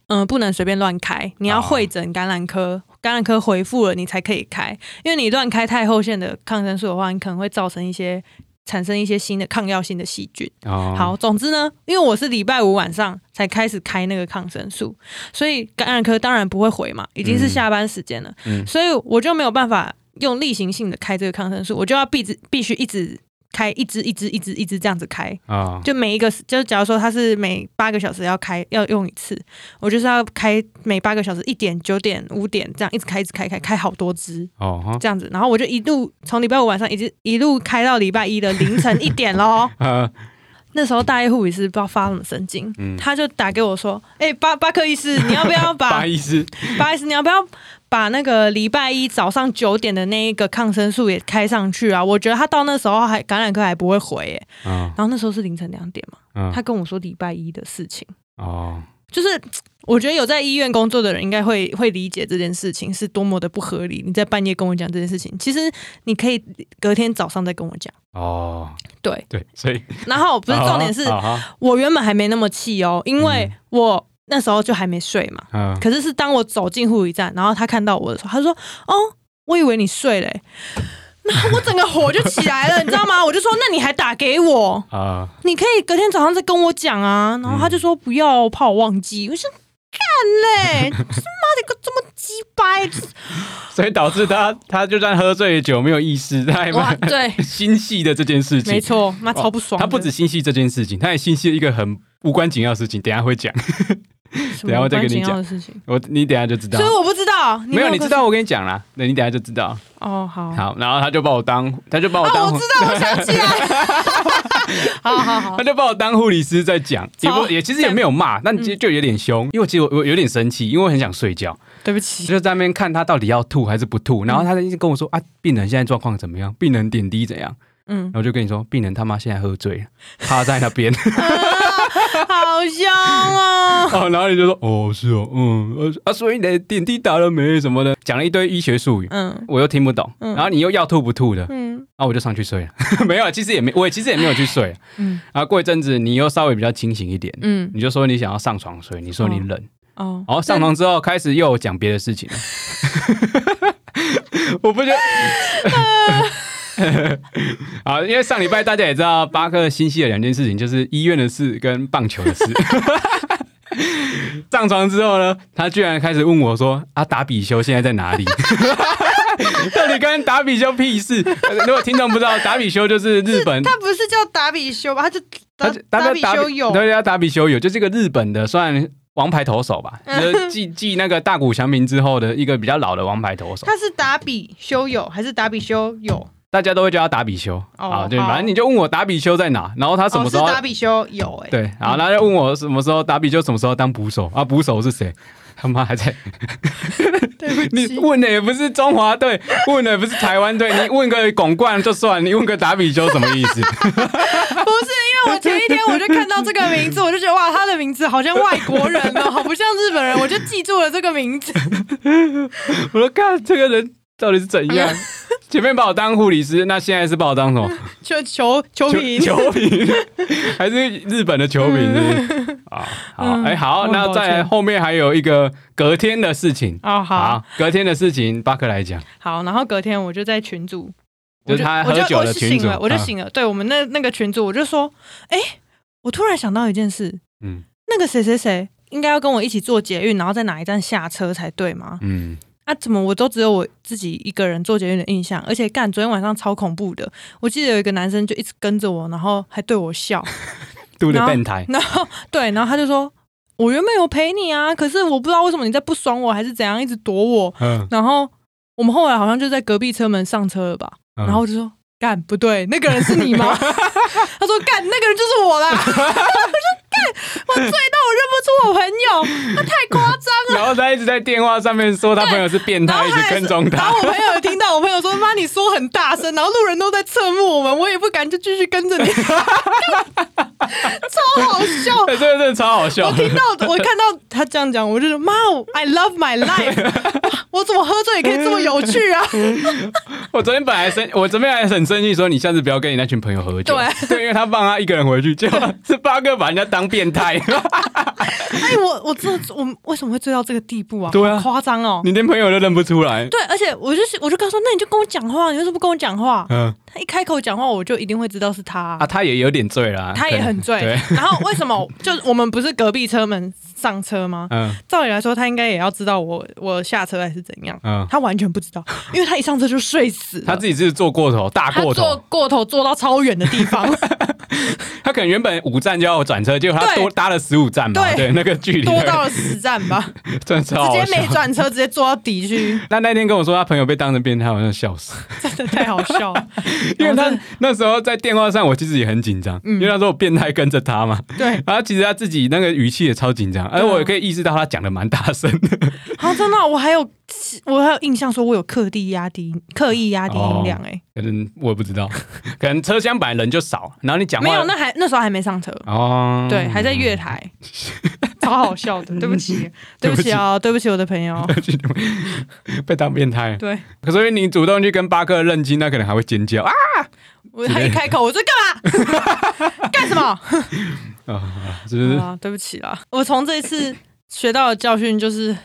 S1: 嗯、呃不能随便乱开，你要
S2: 哦
S1: 会诊感染科，感染科回复了你才可以开，因为你乱开太后线的抗生素的话，你可能会造成一些产生一些新的抗药性的细菌。
S2: 哦，
S1: 好，总之呢，因为我是礼拜五晚上才开始开那个抗生素，所以感染科当然不会回嘛，已经是下班时间了，
S2: 嗯
S1: 所以我就没有办法用例行性的开这个抗生素，我就要必直必须一直开，一支一支一支一支这样子开，
S2: 啊，
S1: 就每一个，就是假如说它是每八个小时要开要用一次，我就是要开每八个小时一点、九点、五点这样一直开一直开开开好多支
S2: 哦，哈
S1: 这样子，然后我就一路从礼拜五晚上一直一路开到礼拜一的凌晨一点喽。
S2: 呃，
S1: 那时候大医护理师不知道发什么神经，
S2: 嗯
S1: 他就打给我说：“哎、巴巴克医师， 你要不要把
S2: 八 医师，
S1: 巴医师，你要不要把那个礼拜一早上九点的那一个抗生素也开上去啊？我觉得他到那时候还感染科还不会回、耶。
S2: 嗯
S1: 然后那时候是凌晨两点嘛。”
S2: 嗯，
S1: 他跟我说礼拜一的事情，
S2: 哦，
S1: 就是我觉得有在医院工作的人应该会会理解这件事情是多么的不合理。你在半夜跟我讲这件事情，其实你可以隔天早上再跟我讲。
S2: 哦，
S1: 对，
S2: 对，所以
S1: 然后不是重点是
S2: 啊哈
S1: 我原本还没那么气哦，因为
S2: 嗯
S1: 我那时候就还没睡嘛。
S2: 啊哈
S1: 可是是当我走进护理站，然后他看到我的时候，他说：“哦，我以为你睡嘞、欸。”那我整个火就起来 了，你知道吗？我就说：“那你还打给我？”
S2: 嗯啊，
S1: 你可以隔天早上再跟我讲啊。
S2: 嗯
S1: 然后他就说不要，怕我忘记。我说干嘞，他妈的个这么鸡掰！
S2: 所以导致他他就算喝醉酒没有意识，他还
S1: 哇，
S2: 蛮
S1: 对，
S2: 心细的这件事情，哦
S1: 没错，妈超不爽的。
S2: 他不止心细这件事情，他也心细一个很无关紧要的事情，等一下会讲，
S1: 什
S2: 等一下
S1: 么
S2: 我再
S1: 关
S2: 跟你
S1: 紧要
S2: 讲
S1: 的事情，
S2: 我你等一下就知道
S1: 所以。我不知道。
S2: 没有，你
S1: 跟
S2: 知道我跟你讲啦，对你等一下就知道。
S1: 哦，好，
S2: 好，然后他就把我当，他就把我
S1: 啊，
S2: 当
S1: 我，知道，我想起来。 好好好
S2: 他，就把我当护理师在讲，也不
S1: 好
S2: 也其实也没有骂，但其实就有点凶，因为其实我我有点生气，因为我很想睡觉。
S1: 对不起。
S2: 就在那边看他到底要吐还是不吐，然后他一直跟我说啊，病人现在状况怎么样？病人点滴怎样？
S1: 嗯
S2: 然，后我就跟你说，病人他妈现在喝醉了，趴在那边。
S1: 好香哦。
S2: 哦，然后你就说哦是哦，嗯呃啊，所以你的点滴打了没什么的，讲了一堆医学术语，
S1: 嗯
S2: 我又听不懂，
S1: 嗯
S2: 然后你又要吐不吐的，
S1: 嗯
S2: 啊我就上去睡了， 没有，啊其实也没我其实也没有去睡，
S1: 嗯
S2: 然后过一阵子你又稍微比较清醒一点。
S1: 嗯，
S2: 你就说你想要上床睡，你说你冷，
S1: 哦
S2: 然后上床之后开始又有讲别的事情了， 我不觉得。啊，因为上礼拜大家也知道巴克心系的两件事情，就是医院的事跟棒球的事。 上床之后呢，他居然开始问我说：“啊，打比修现在在哪里？” 到底跟打比修屁事？ 呃如果听众不知道，打比修就是日本
S3: 他不是叫达比修吧？他就
S2: 他
S3: 达达比
S2: 比
S3: 修有，
S2: 对，他打比修有，就是一个日本的算王牌投手吧，
S3: 嗯
S2: 就 是继继那个大谷翔平之后的一个比较老的王牌投手，
S3: 他是达比修有还是达比修有？
S2: 大家都会叫他打比修
S3: 哦
S2: 啊。对，
S3: 好
S2: 反正你就问我打比修在哪，然后他什么时候
S1: 啊
S3: 哦、是达比修有、欸？哎，
S2: 对，然后他就问我什么时候打比修，什么时候当捕手啊？捕手是谁？他妈还在
S1: 对不
S2: 你
S1: 起，
S2: 问的也不是中华队，问的也不是台湾队，你问个拱冠就算，你问个打比修什么意思？
S1: 不是因为我前一天我就看到这个名字，我就觉得哇，他的名字好像外国人 哦，好不像日本人，我就记住了这个名字。
S2: 我说看这个人到底是怎 样？前面把我当护理师，那现在是把我当什么？
S1: 就球球
S2: 球
S1: 迷，
S2: 球迷， 还是日本的球迷是不是啊？好，
S1: 嗯
S2: 哎，好，
S1: 我很
S2: 那
S1: 抱
S2: 再来
S1: 歉
S2: 后面还有一个隔天的事情。
S1: 哦，好
S2: 好，隔天的事情，巴克来讲，
S1: 好，然后隔天我就在群组，
S2: 就
S1: 我
S2: 是他
S1: 我
S2: 喝
S1: 就
S2: 酒
S1: 我
S2: 的
S1: 就
S2: 群
S1: 醒
S2: 主
S1: 了，，我就
S2: 啊，
S1: 醒了。对我们那那个群组，我就说，哎，我突然想到一件事，
S2: 嗯
S1: 那个谁谁谁应该要跟我一起坐捷运，然后在哪一站下车才对吗？
S2: 嗯，
S1: 啊，怎么我都只有我自己一个人坐捷运的印象？而且干，昨天晚上超恐怖的，我记得有一个男生就一直跟着我，然后还对我笑，
S2: 杜的
S1: 然后
S2: 变态，
S1: 然后对，然后他就说。我原本有陪你啊，可是我不知道为什么你在不爽我，还是怎样，一直躲我。
S2: 嗯，
S1: 然后我们后来好像就在隔壁车门上车了吧，
S2: 嗯
S1: 然后我就说。干不对，那个人是你 吗？他说干，那个人就是我啦。我说干，我醉到我认不出我朋友，那太夸张。
S2: 然后他一直在电话上面 说他朋友是变
S1: 然
S2: 态，
S1: 后
S2: 一
S1: 他
S2: 直
S1: 还
S2: 跟踪
S1: 然
S2: 他
S1: 后。我朋友有听到，我朋友说妈，你说很大声，然后路人都在侧目我们，我也不敢就继续跟着 你，超好笑。
S2: 对，哎这个真的超好笑
S1: 我。听到我看到他这样讲，我就说妈我，I love my life，我 怎么喝醉也可以这么有趣啊？
S2: 我昨天本来生，我昨天还很生气，说你下次不要跟你那群朋友喝酒。
S1: 对
S2: 对，因为他放他一个人回去，结果是八哥把人家当 变态。
S1: 哎，我我真的我为什么会醉到这个地步啊？
S2: 对啊
S1: 好夸张哦。
S2: 你连朋友都认不出来。
S1: 对，而且我就是，我就告诉他，那你就跟我讲话，你为什么不跟我讲话？
S2: 嗯
S1: 他一开口讲话，我就一定会知道是他啊、
S2: 啊，他也有点醉啦，
S1: 他也很醉
S2: 对，。
S1: 然后为什么就是我们不是隔壁车门上车吗？
S2: 嗯
S1: 照理来说，他应该也要知道我我下车还是怎样，
S2: 嗯，
S1: 他完全不 知道，因为他一上车就睡死了
S2: 他自己是坐过头，大
S1: 他
S2: 过
S1: 坐
S2: 头。
S1: 过头坐到超远的地方，
S2: 他可能原本五站就要转车，结果他
S1: 对
S2: 多搭了十五站嘛，
S1: 对
S2: 对，那个距离
S1: 多到了十站 吧，
S2: 真的超
S1: 直
S2: 好
S1: 接
S2: 笑
S1: 没。转车，直接坐到底去，
S2: 那那天跟我说他朋友被当成变态，我真的笑死。
S1: 真的太好笑 了。
S2: 因为
S1: 我
S2: 他
S1: 真
S2: 那时候在电话上，我其实也很紧张，
S1: 嗯
S2: 因为那时候我变态跟着他嘛，
S1: 对，
S2: 然后其实他自己那个语气也超紧张，而我也可以意识到他讲的蛮大声的。
S1: 啊，真的啊，我还有我还有印象，说我有刻意压低刻意压低
S2: 哦
S1: 音量、哎、
S2: 可能我也不 知道，可能车厢本来人就少，然后你讲话
S1: 没有，那还那时候还没上车，
S2: 哦，
S1: 对，还 在月台，超好笑 的，对不
S2: 嗯
S1: 起，对不起啊、对不起我的朋友，
S2: 被当变态。
S1: 对
S2: 可所以你主动去跟巴克认亲，那可能还会尖叫啊！
S1: 我他一开口我说干嘛 干什么
S2: 啊是 不是？
S1: 啊，对不起啦，我从这一次学到的教训就是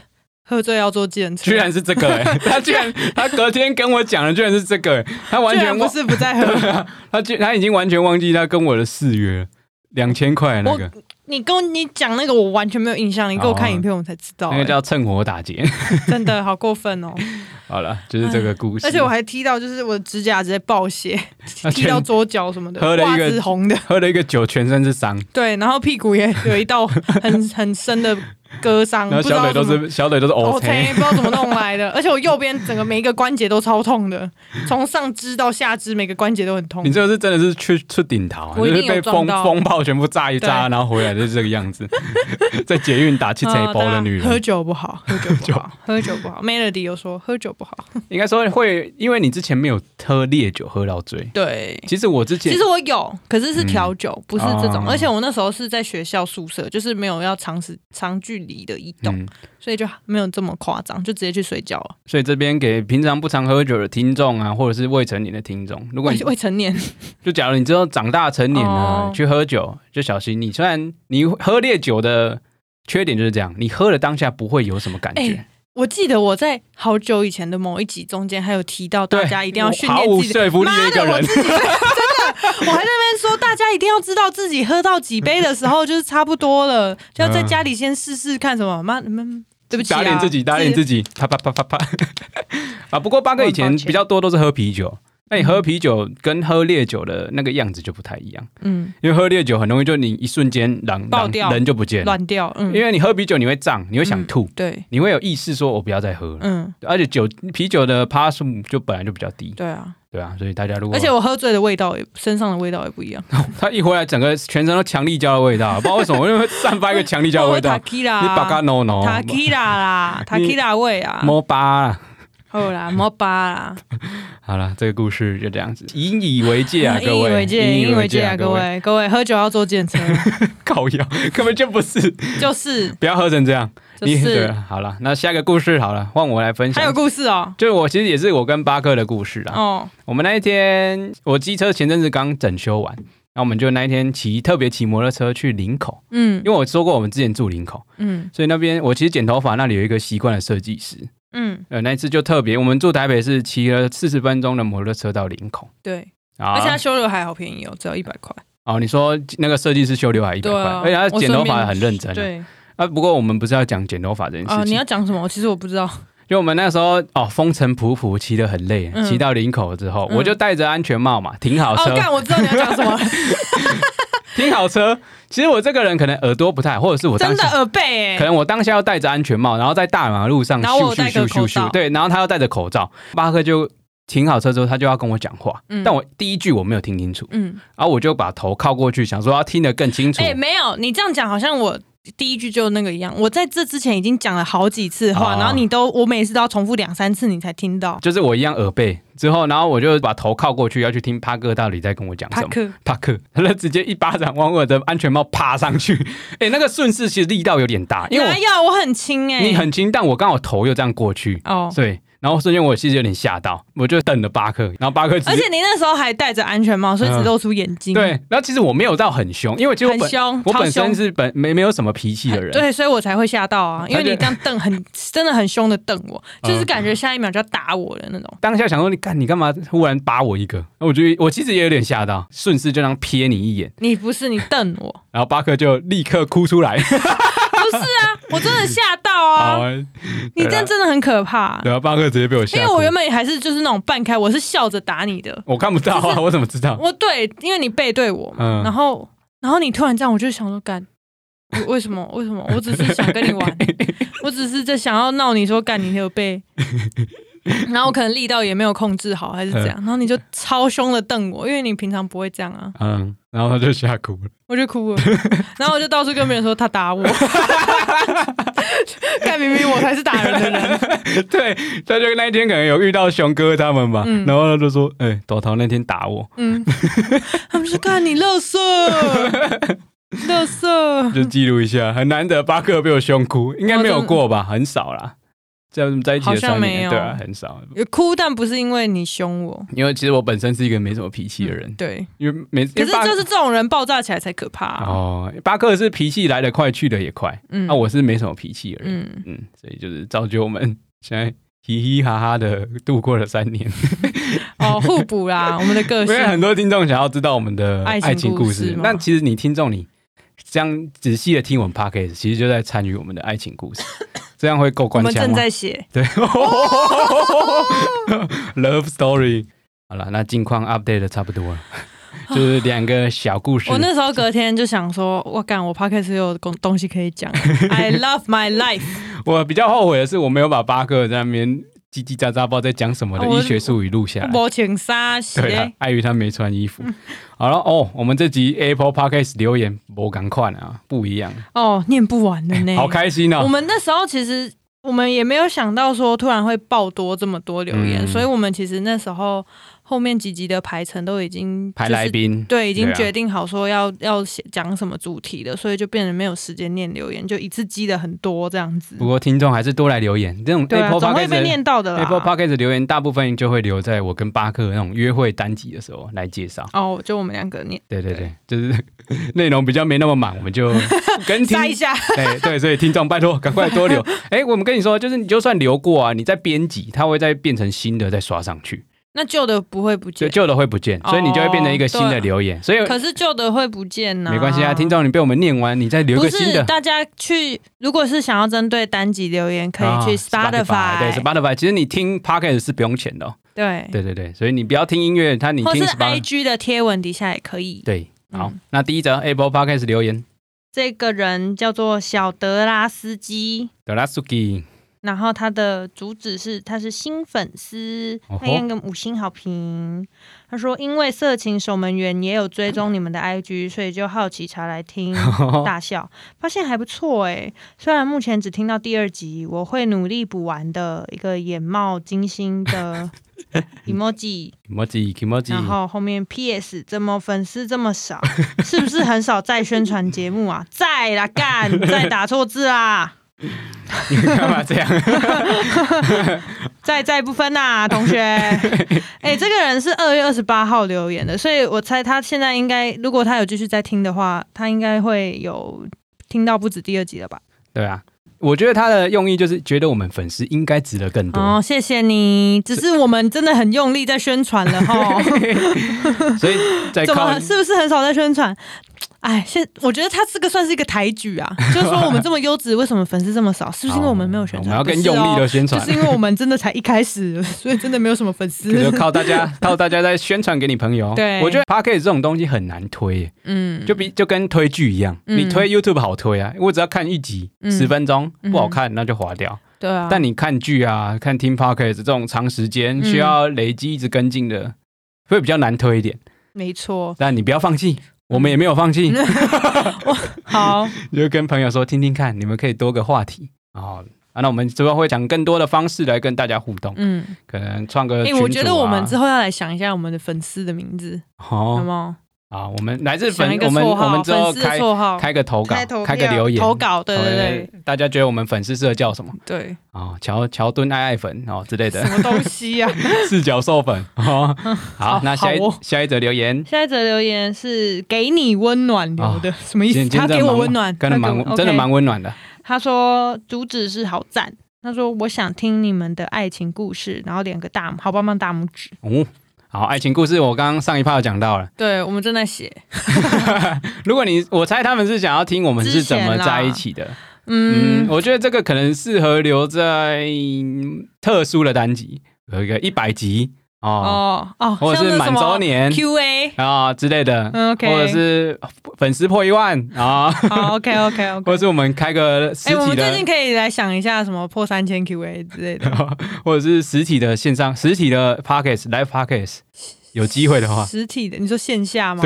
S1: 喝醉要坐计程车，
S2: 居然是这个、 欸，他居然他隔天跟我讲的居然是这个、欸，他完
S1: 居
S2: 全
S1: 然不
S2: 忘，
S1: 是不再喝，
S2: 他居他已经完全忘记他跟我的誓约了，两千块那个，
S1: 你跟我你讲那个我完全没有印象，你给我看影片我才知道、
S2: 哦那个
S1: 哎
S2: 叫趁火 打劫。
S1: 真的好过分哦，
S2: 好了，就是这个故事。
S1: 哎而且我还踢到就是我的指甲直接爆血。
S2: 他
S1: 踢
S2: 全
S1: 到桌角什么的，
S2: 喝了一
S1: 袜
S2: 个
S1: 子红的，
S2: 喝了一个酒，全身是伤，
S1: 对，然后屁股也有一道很很深的割伤，
S2: 然后
S1: 不知
S2: 小
S1: 道
S2: 腿都
S1: 怎么哦
S2: 是小腿都是哦 O
S1: OK，不知道怎么弄来的，而且我右边整个每一个关节都超痛的，从上肢到下肢每个关节都很痛
S2: 你。这个是真的是去去顶桃啊，
S1: 我一
S2: 就是
S1: 定
S2: 被
S1: 有
S2: 风
S1: 撞到
S2: 风暴全部炸一炸，
S1: 对
S2: 然后回来就是这个样子， 在捷运打七彩
S1: 啊
S2: 包
S1: 大
S2: 的
S1: 家
S2: 女
S1: 喝
S2: 人，
S1: 酒不好，喝酒不 好，喝酒不好。Melody 有说喝酒不好，
S2: 应该说会，因为你之前没有喝烈酒喝到醉。
S1: 对。
S2: 其实我之前
S1: 其实我有，可是是调酒，不是这种。
S2: 哦
S1: 而且我那时候是在学校宿舍，就是没有要长时长距离的移动，
S2: 嗯，
S1: 所以就没有这么夸张，就直接去睡觉了。
S2: 所以这边给平常不常喝酒的听众啊，或者是未成年的听众，如果
S1: 未
S2: 你
S1: 未成年，
S2: 就假如你之后长大成年了、
S1: 哦
S2: 去喝酒，就小心你。虽然你喝烈酒的缺点就是这样，你喝了当下不会有什么感觉，
S1: 哎我记得我在好久以前的某一集中间还有提到，大
S2: 对
S1: 家一定要训
S2: 毫
S1: 练
S2: 无
S1: 自己的
S2: 说服力的一个
S1: 妈我
S2: 人
S1: 自己 真的，我还在那边说，大家一定要知道自己喝到几杯的时候就是差不多了，就要在家里先试试看什么。妈，你们对不起、啊，
S2: 嗯打脸自己，打脸自
S1: 己。
S2: 己，啪啪啪啪啪。啊，不过八哥以
S3: 我
S2: 前
S3: 很抱歉
S2: 比较多都是喝啤酒，那你喝啤酒跟喝烈酒的那个样子就不太一样，
S1: 嗯，
S2: 因为喝烈酒很容易就你一瞬间人
S1: 爆掉
S2: 人人就不见了，
S1: 乱掉。嗯，
S2: 因为你喝啤酒你会胀，你会想
S1: 嗯
S2: 吐，
S1: 对，
S2: 你会有意识说我不要再喝了，
S1: 嗯，
S2: 而且酒啤酒的趴数就本来就比较低，
S1: 对啊，
S2: 对啊，所以大家如果
S1: 而且我喝醉的味道也身上的味道也不一样。
S2: 他一回来整个全身都强力胶的味道，不知道为什么，因为散发一个强力胶的 味道，你
S1: Takira，
S2: 把嘎 no no。
S1: Takira 啦，Takira 味啊，
S2: 摸巴啦，
S1: 好啦，摩巴啦，
S2: 好了，这个故事就这样子，引以为戒啊，
S1: 引
S2: 各
S1: 以
S2: 位，
S1: 为戒，引以为戒啊，各，位，各位喝酒要做 检测，
S2: 靠药 根本就不是，
S1: 就是
S2: 不要喝成这样。
S1: 就
S2: 你对，
S1: 是，
S2: 好了，那下一个故事好了，换我来分
S1: 还有
S2: 享。
S1: 故事哦，
S2: 就是我其实也是我跟巴克的故事啦。
S1: 哦，
S2: 我们那一天，我机车前阵子刚整修完，那我们就那一天骑特别骑摩托车去林口，
S1: 嗯
S2: 因为我说过我们之前住林口，
S1: 嗯
S2: 所以那边我其实剪头发那里有一个习惯的设计师，
S1: 嗯，
S2: 呃，那一次就特别，我们住台北市，骑了四十分钟的摩托车到林口
S1: 对，
S2: 啊
S1: 而且他修刘海好便宜哦，只要一百块，
S2: 哦，你说那个设计师修刘海一百
S1: 对
S2: 块，
S1: 啊
S2: 而且他剪头发
S1: 我顺便
S2: 很认真、啊。
S1: 对
S2: 啊，不过我们不是要讲剪头发这件
S1: 啊，
S2: 事
S1: 你
S2: 情，
S1: 要讲什么？其实我不知道，
S2: 就我们那时候哦，风尘仆仆，骑得很累，
S1: 嗯
S2: 骑到林口之后，
S1: 嗯
S2: 我就戴着安全帽嘛，停好
S1: 哦
S2: 车，，
S1: 干，我知道你要讲什么，了，
S2: 停好车。其实我这个人可能耳朵不太，或者 是我当
S1: 真
S2: 时
S1: 的耳背
S2: 可
S1: 哎，
S2: 能我当下要戴着安全帽，然后在大马路上
S1: 然后我
S2: 咻咻
S1: 戴个
S2: 咻咻
S1: 口罩
S2: 咻，对，然后他要戴着口罩，巴克就停好车之后，他就要跟我讲话，
S1: 嗯
S2: 但我第一句我没有听清楚，
S1: 嗯，
S2: 然后我就把头靠过去，想说要听得更清楚。
S1: 哎，没有，你这样讲好像我。第一句就那个一样，我在这之前已经讲了好几次话，
S2: 哦
S1: 然后你都我每次都要重复两三次你才听到。
S2: 就是我一样耳背之后，然后我就把头靠过去，要去听帕克到底在跟我讲
S1: 帕
S2: 什么。
S1: 克，
S2: 帕克，他就直接一巴掌往我的安全帽啪上去。哎、那个顺势其实力道有点大，因为
S1: 哪
S2: 我
S1: 有我很轻哎、
S2: 你很轻，但我刚好头又这样过去，
S1: 哦，
S2: 对，然后瞬间我其实有点吓到，我就瞪了巴克，然后巴克直
S1: 而
S2: 接嗯
S1: 且你那时候还戴着安全帽，所以只露出眼睛，
S2: 对，然后其实我没有到很凶，因为其实我
S1: 很
S2: 本
S1: 凶，
S2: 我
S1: 超
S2: 本身
S1: 凶
S2: 是本没没有什么脾气的人，
S1: 对，所以我才会吓到啊，因为
S2: 他就
S1: 你这样瞪很， 真的很凶的瞪我，
S2: 嗯
S1: 就是感觉下一秒就要打我的那种。
S2: 当下想说你干你干嘛忽然扒我一个，我觉得我其实也有点吓到，顺势就这样瞥你一眼，
S1: 你不是你瞪我，
S2: 然后巴克就立刻哭出来。
S1: 啊我真的吓到
S2: 好
S1: 啊！
S2: 啊，
S1: 你这样真的很可怕、
S2: 对啊，巴克直接被我吓
S1: 因
S2: 哭。
S1: 为我原本还是就是那种半开，我是笑着打你的，
S2: 我看不到啊，我怎么知道？
S1: 我对，因为你背对我嘛，
S2: 嗯
S1: 然后然后你突然这样，我就想说干。 我为什么？为什么？我只是想跟你 玩， 我只是在想要闹你说干你有背，然后我可能力道也没有控制好，还是怎样，然后你就超凶的瞪我，因为你平常不会这样啊，
S2: 嗯，然后他就吓哭了。
S1: 我就哭了，然后我就到处跟别人说他打我， 干明明我才是打人的人，
S2: 对，他就那一天可能有遇到熊哥他们吧，
S1: 嗯
S2: 然后他就说：“哎、朵桃那天打我，
S1: 嗯，他们说干你乐色，乐色，
S2: 就记录一下。”很难得巴克被我凶哭，应该没有过吧？很少啦，在我们在一起的三
S1: 好像没
S2: 年，
S1: 有
S2: 对啊，很少。
S1: 哭，但不是因为你凶我，
S2: 因为其实我本身是一个没什么脾气的人，
S1: 对，
S2: 因为每
S1: 嗯可
S2: 因
S1: 是
S2: 为巴
S1: 就是这种人爆炸起来才可怕、啊。
S2: 哦，巴克是脾气来得快去得也快，
S1: 嗯
S2: 那、我是没什么脾气的人，
S1: 嗯，
S2: 嗯，所以就是造就我们现在嘻嘻哈哈的度过了三 年。
S1: 哦，互补啦，我们的个
S2: 因为
S1: 性。
S2: 很多听众想要知道我们的
S1: 爱情
S2: 爱情
S1: 故
S2: 故事
S1: 事，吗
S2: 那其实你听众你这样仔细的听我们 podcast，其实就在参与我们的爱情故 事，这样会够啊
S1: 我
S2: 官
S1: 们
S2: 腔
S1: 正
S2: 吗？
S1: 在写，
S2: 对
S1: 哦
S2: ，love story。好了，那近况 update 的差 不多了，就是两个小故事
S1: 我。那时候隔天就想说，我干，我 podcast 又有东东西可以 讲，I love my life，
S2: 我比较后悔的是，我没有把巴克在那边叽叽喳喳，不知道在讲什么的
S1: 哦我
S2: 医学术语录下来。
S1: 我嗯请沙
S2: 对啊
S1: 鞋，，
S2: 碍于他没穿衣服。好了哦，我们这集 Apple Podcast 留言不赶快啊，不一样，
S1: 哦，念不完的呢。
S2: 好开心哦
S1: 我。们那时候其实我们也没有想到说突然会爆多这么多留言，
S2: 嗯
S1: 所以我们其实那时候后面几集的排程都已经
S2: 排来
S1: 就是
S2: 宾，
S1: 对，已经
S2: 啊
S1: 决定好说要、要写讲什么主题的，所以就变成没有时间念留言，就一次积的很多这样子
S2: 不。过听众还是多来留言，这种
S1: 对啊，
S2: Apple
S1: 总会
S2: Podcast
S1: 被
S2: 的
S1: 念到的啊
S2: Apple
S1: 啦。
S2: Podcast 的留言，大部分就会留在我跟巴克那种约会单集的时候来介绍。
S1: 哦，就我们两个念
S2: 对对对，就是 内容比较没那么满，我们就 跟听
S1: 塞 一下，
S2: 对对，所以听众拜托赶快 多留。哎、我们跟你说，就是你就算留过啊，你再编辑，它会再变成新的再刷上去，
S1: 那旧的不会不
S2: 所
S1: 见
S2: 以，旧的会不见，所以你就会变成一个新的留言。所以
S1: 哦可是旧的会不见呐、
S2: 没关系啊，听。众你被我们念完，你再留一
S1: 不
S2: 个新
S1: 是，
S2: 的。
S1: 大家去，如果是想要针对单集留言，可以去
S2: 啊
S1: Spotify，、
S2: 对 Spotify，其实你听 Podcast 是不用钱的、哦，
S1: 对
S2: 对对对，所以你不要听音乐，它你
S1: 哎或
S2: 听
S1: 是
S2: Spotify，
S1: IG 的贴文底下也可以。
S2: 对，好，
S1: 嗯
S2: 那第一则 Apple Podcast 留言，
S1: 这个人叫做小德拉斯基，
S2: 德拉苏 基，
S1: 然后他的主旨是他是新粉丝
S2: 哦吼，
S1: 他给个五星好评。他说因为色情守门员也有追踪你们的 IG，所以就好奇查来 听。
S2: 哦
S1: 大笑，发现还不错哎。虽然目前只听到第二集，我会努力补完的。一个眼冒金星的 emoji，
S2: 摩吉 i m o
S1: 然后后面 PS 怎么粉丝这么少？是不是很少在宣传节目啊？在啦，干，再打错字啊啦，
S2: 你 干嘛这样？
S1: 在在不分呐、同学。哎、这个人是二月二十八号留言的，所以我猜他现在应该，如果他有继续在听的话，他应该会有听到不止第二集了吧？
S2: 对啊，我觉得他的用意就是觉得我们粉丝应该值得更多，
S1: 哦，谢谢你。只是我们真的很用力在宣传 了哈，
S2: 所以在
S1: 怎
S2: 靠
S1: 么是不是很少在宣传？哎，现我觉得他这个算是一个抬举 啊，就是说我们这么优质，为什么粉丝这么少？是不是因为我们没有宣
S2: 哦我
S1: 传？
S2: 们要更
S1: 不是
S2: 用
S1: 哦
S2: 力的宣传
S1: 就，是因为我们真的才一开始，所以真的没有什么粉
S2: 可
S1: 丝
S2: 就。靠大家 靠大家在宣传给你朋友。
S1: 对
S2: 我觉得 p a c k a g e 这种东西很难推耶，
S1: 嗯，
S2: 就比就跟推剧一样，
S1: 嗯
S2: 你推 YouTube 好推啊，我只要看一集
S1: 嗯
S2: 十分钟
S1: 嗯
S2: 不好看那就划掉，
S1: 对啊，
S2: 但你看剧啊、看听 p a c k a g e 这种长时间
S1: 嗯
S2: 需要累积一直跟进的，会比较难推一点。
S1: 没错。
S2: 但你不要放弃。我们也没有放弃，
S1: 好，
S2: 就跟朋友说听听看，你们可以多个话题哦。啊，那我们之后会讲更多的方式来跟大家互动，
S1: 嗯，
S2: 可能创个
S1: 哎、
S2: 群组啊、
S1: 我觉得我们之
S2: 后
S1: 后要来想一下我们的粉丝的名字，有
S2: 哦
S1: 没
S2: 啊，我们来自
S1: 有？想
S2: 粉
S1: 一，个
S2: 我们
S1: 绰
S2: 我们
S1: 号，
S2: 之后
S1: 粉丝的
S2: 开
S1: 绰号，
S2: 开个投稿
S3: 开投，票
S2: 开个留言
S1: 投，稿，对对
S2: 对，大家觉得我们粉丝适合叫什么
S1: 对对，
S2: 哦？乔乔顿爱爱粉哦之类
S1: 什
S2: 的，
S1: 么东西啊呀、
S2: 四角兽粉哦。好
S1: 好，
S2: 那下一
S1: 好哦
S2: 下一则留言，
S1: 下一则留言是给你温暖留的，什么意
S2: 啊今
S1: 思？
S2: 天今
S1: 他
S2: 天
S1: 给
S2: 真的
S1: 我
S2: 蛮
S1: 温暖，
S2: 真的蛮真的。蛮
S1: OK
S2: 温暖的。
S1: 他说主旨是好赞，他说我想听你们的爱情故事，然后两个大拇好棒棒大拇指。
S2: 哦，好，爱情故事我刚刚上一趴有讲到了。
S1: 对我们正在写，
S2: 如果你，我猜他们是想要听我们是怎么
S1: 之前啦
S2: 在一起的。嗯
S1: 嗯，，
S2: 我觉得这个可能适合留在嗯特殊的单集，有一个一百集哦，
S1: 哦哦，
S2: 或者
S1: 像
S2: 是
S1: 那
S2: 满
S1: 什么
S2: 周年
S1: Q&A，
S2: 啊、之类的，
S1: 嗯，OK
S2: 或者是粉丝破一万啊，
S1: 好，OK OK
S2: 或
S1: OK
S2: 者。是我们开个
S1: 哦
S2: 实
S1: 哎，我
S2: 体
S1: 们
S2: 的，
S1: 最近可以来想一下什么破三千 Q&A 之类的，
S2: 或者是实体的线上实体的 pockets live pockets，有机 会的话
S1: 实体的，你说线下吗？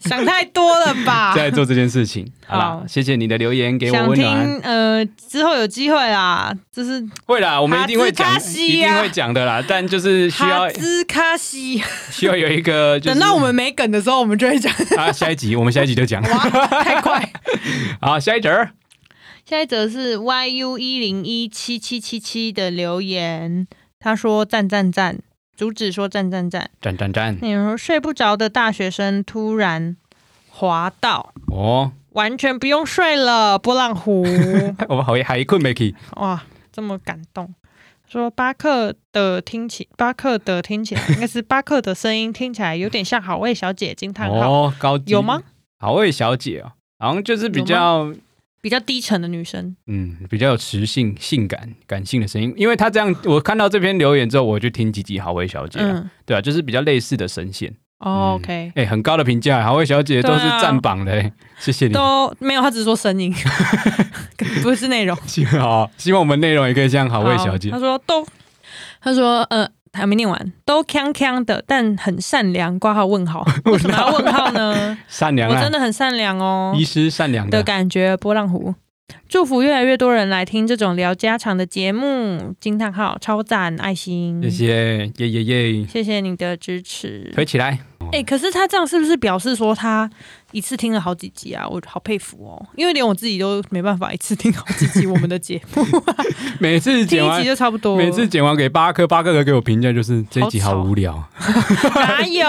S1: 想太多了吧？
S2: 再做这件事情。好啦
S1: 好，
S2: 谢谢你的留言，给我
S1: 想
S2: 温暖。
S1: 听呃，之后有机会啦，就是
S2: 会啦，我们一定会讲，
S1: 哈兹卡
S2: 一
S1: 西
S2: 定
S1: 呀
S2: 会讲的啦。但就是需要
S1: 哈兹卡西。
S2: 需要有一个，就是
S1: 等到我们没梗的时候，我们就会讲
S2: 啊下一集，我们下一集就讲。
S1: 太快。
S2: 好，下一折儿。
S1: 下一则是 YU 一零一七七七七的留言，他说赞赞赞，主旨说赞赞赞。
S2: 赞赞赞！
S1: 那有说睡不着的大学生突然滑到，
S2: 哦，哎
S1: 完全不用睡了，波浪 湖，
S2: 我们好还困没起，
S1: 哇，这么感动。说巴克的听起，巴克的听起来应该是巴克的声音听起来有点像好味小姐惊叹号，
S2: 哦，高级
S1: 有吗？？
S2: 好味小姐哦，好像就是比较
S1: 比较低沉的女生，
S2: 嗯比较有磁性、性感、感性的声音，因为她这样，我看到这篇留言之后，我就听几集好味小姐、啊，
S1: 嗯
S2: 对啊，就是比较类似的声线，
S1: 哦
S2: 嗯
S1: ，OK，
S2: 哎、很高的评价，好味小姐都是
S1: 对啊
S2: 占榜的、哎谢谢你。
S1: 都没有，他只是说声 音，不是内容。
S2: 希望 好，希望我们内容也可以像好味小姐
S1: 他，说都，他说呃，还没念完，都锵锵的，但很善良，挂号问 号，为什么要问号呢？
S2: 善良
S1: 我真
S2: 啊，
S1: 的很善良哦
S2: 医师善良
S1: 的
S2: 的，
S1: 感觉，波浪湖。祝福越来越多人来听这种聊家常的节目，惊叹号，超赞，爱心，
S2: 谢，谢，耶耶耶，
S1: 谢谢你的支持。
S2: 推起来。
S1: 哎、可是他这样是不是表示说他一次听了好几集啊？我好佩服哦，因为连我自己都没办法一次听好几 集我们的节目，
S2: 每次剪
S1: 听一
S2: 完
S1: 集，就差不多了。
S2: 啊每次剪完给八颗，八颗的给我评价就是这一集好无聊，
S1: 哪有？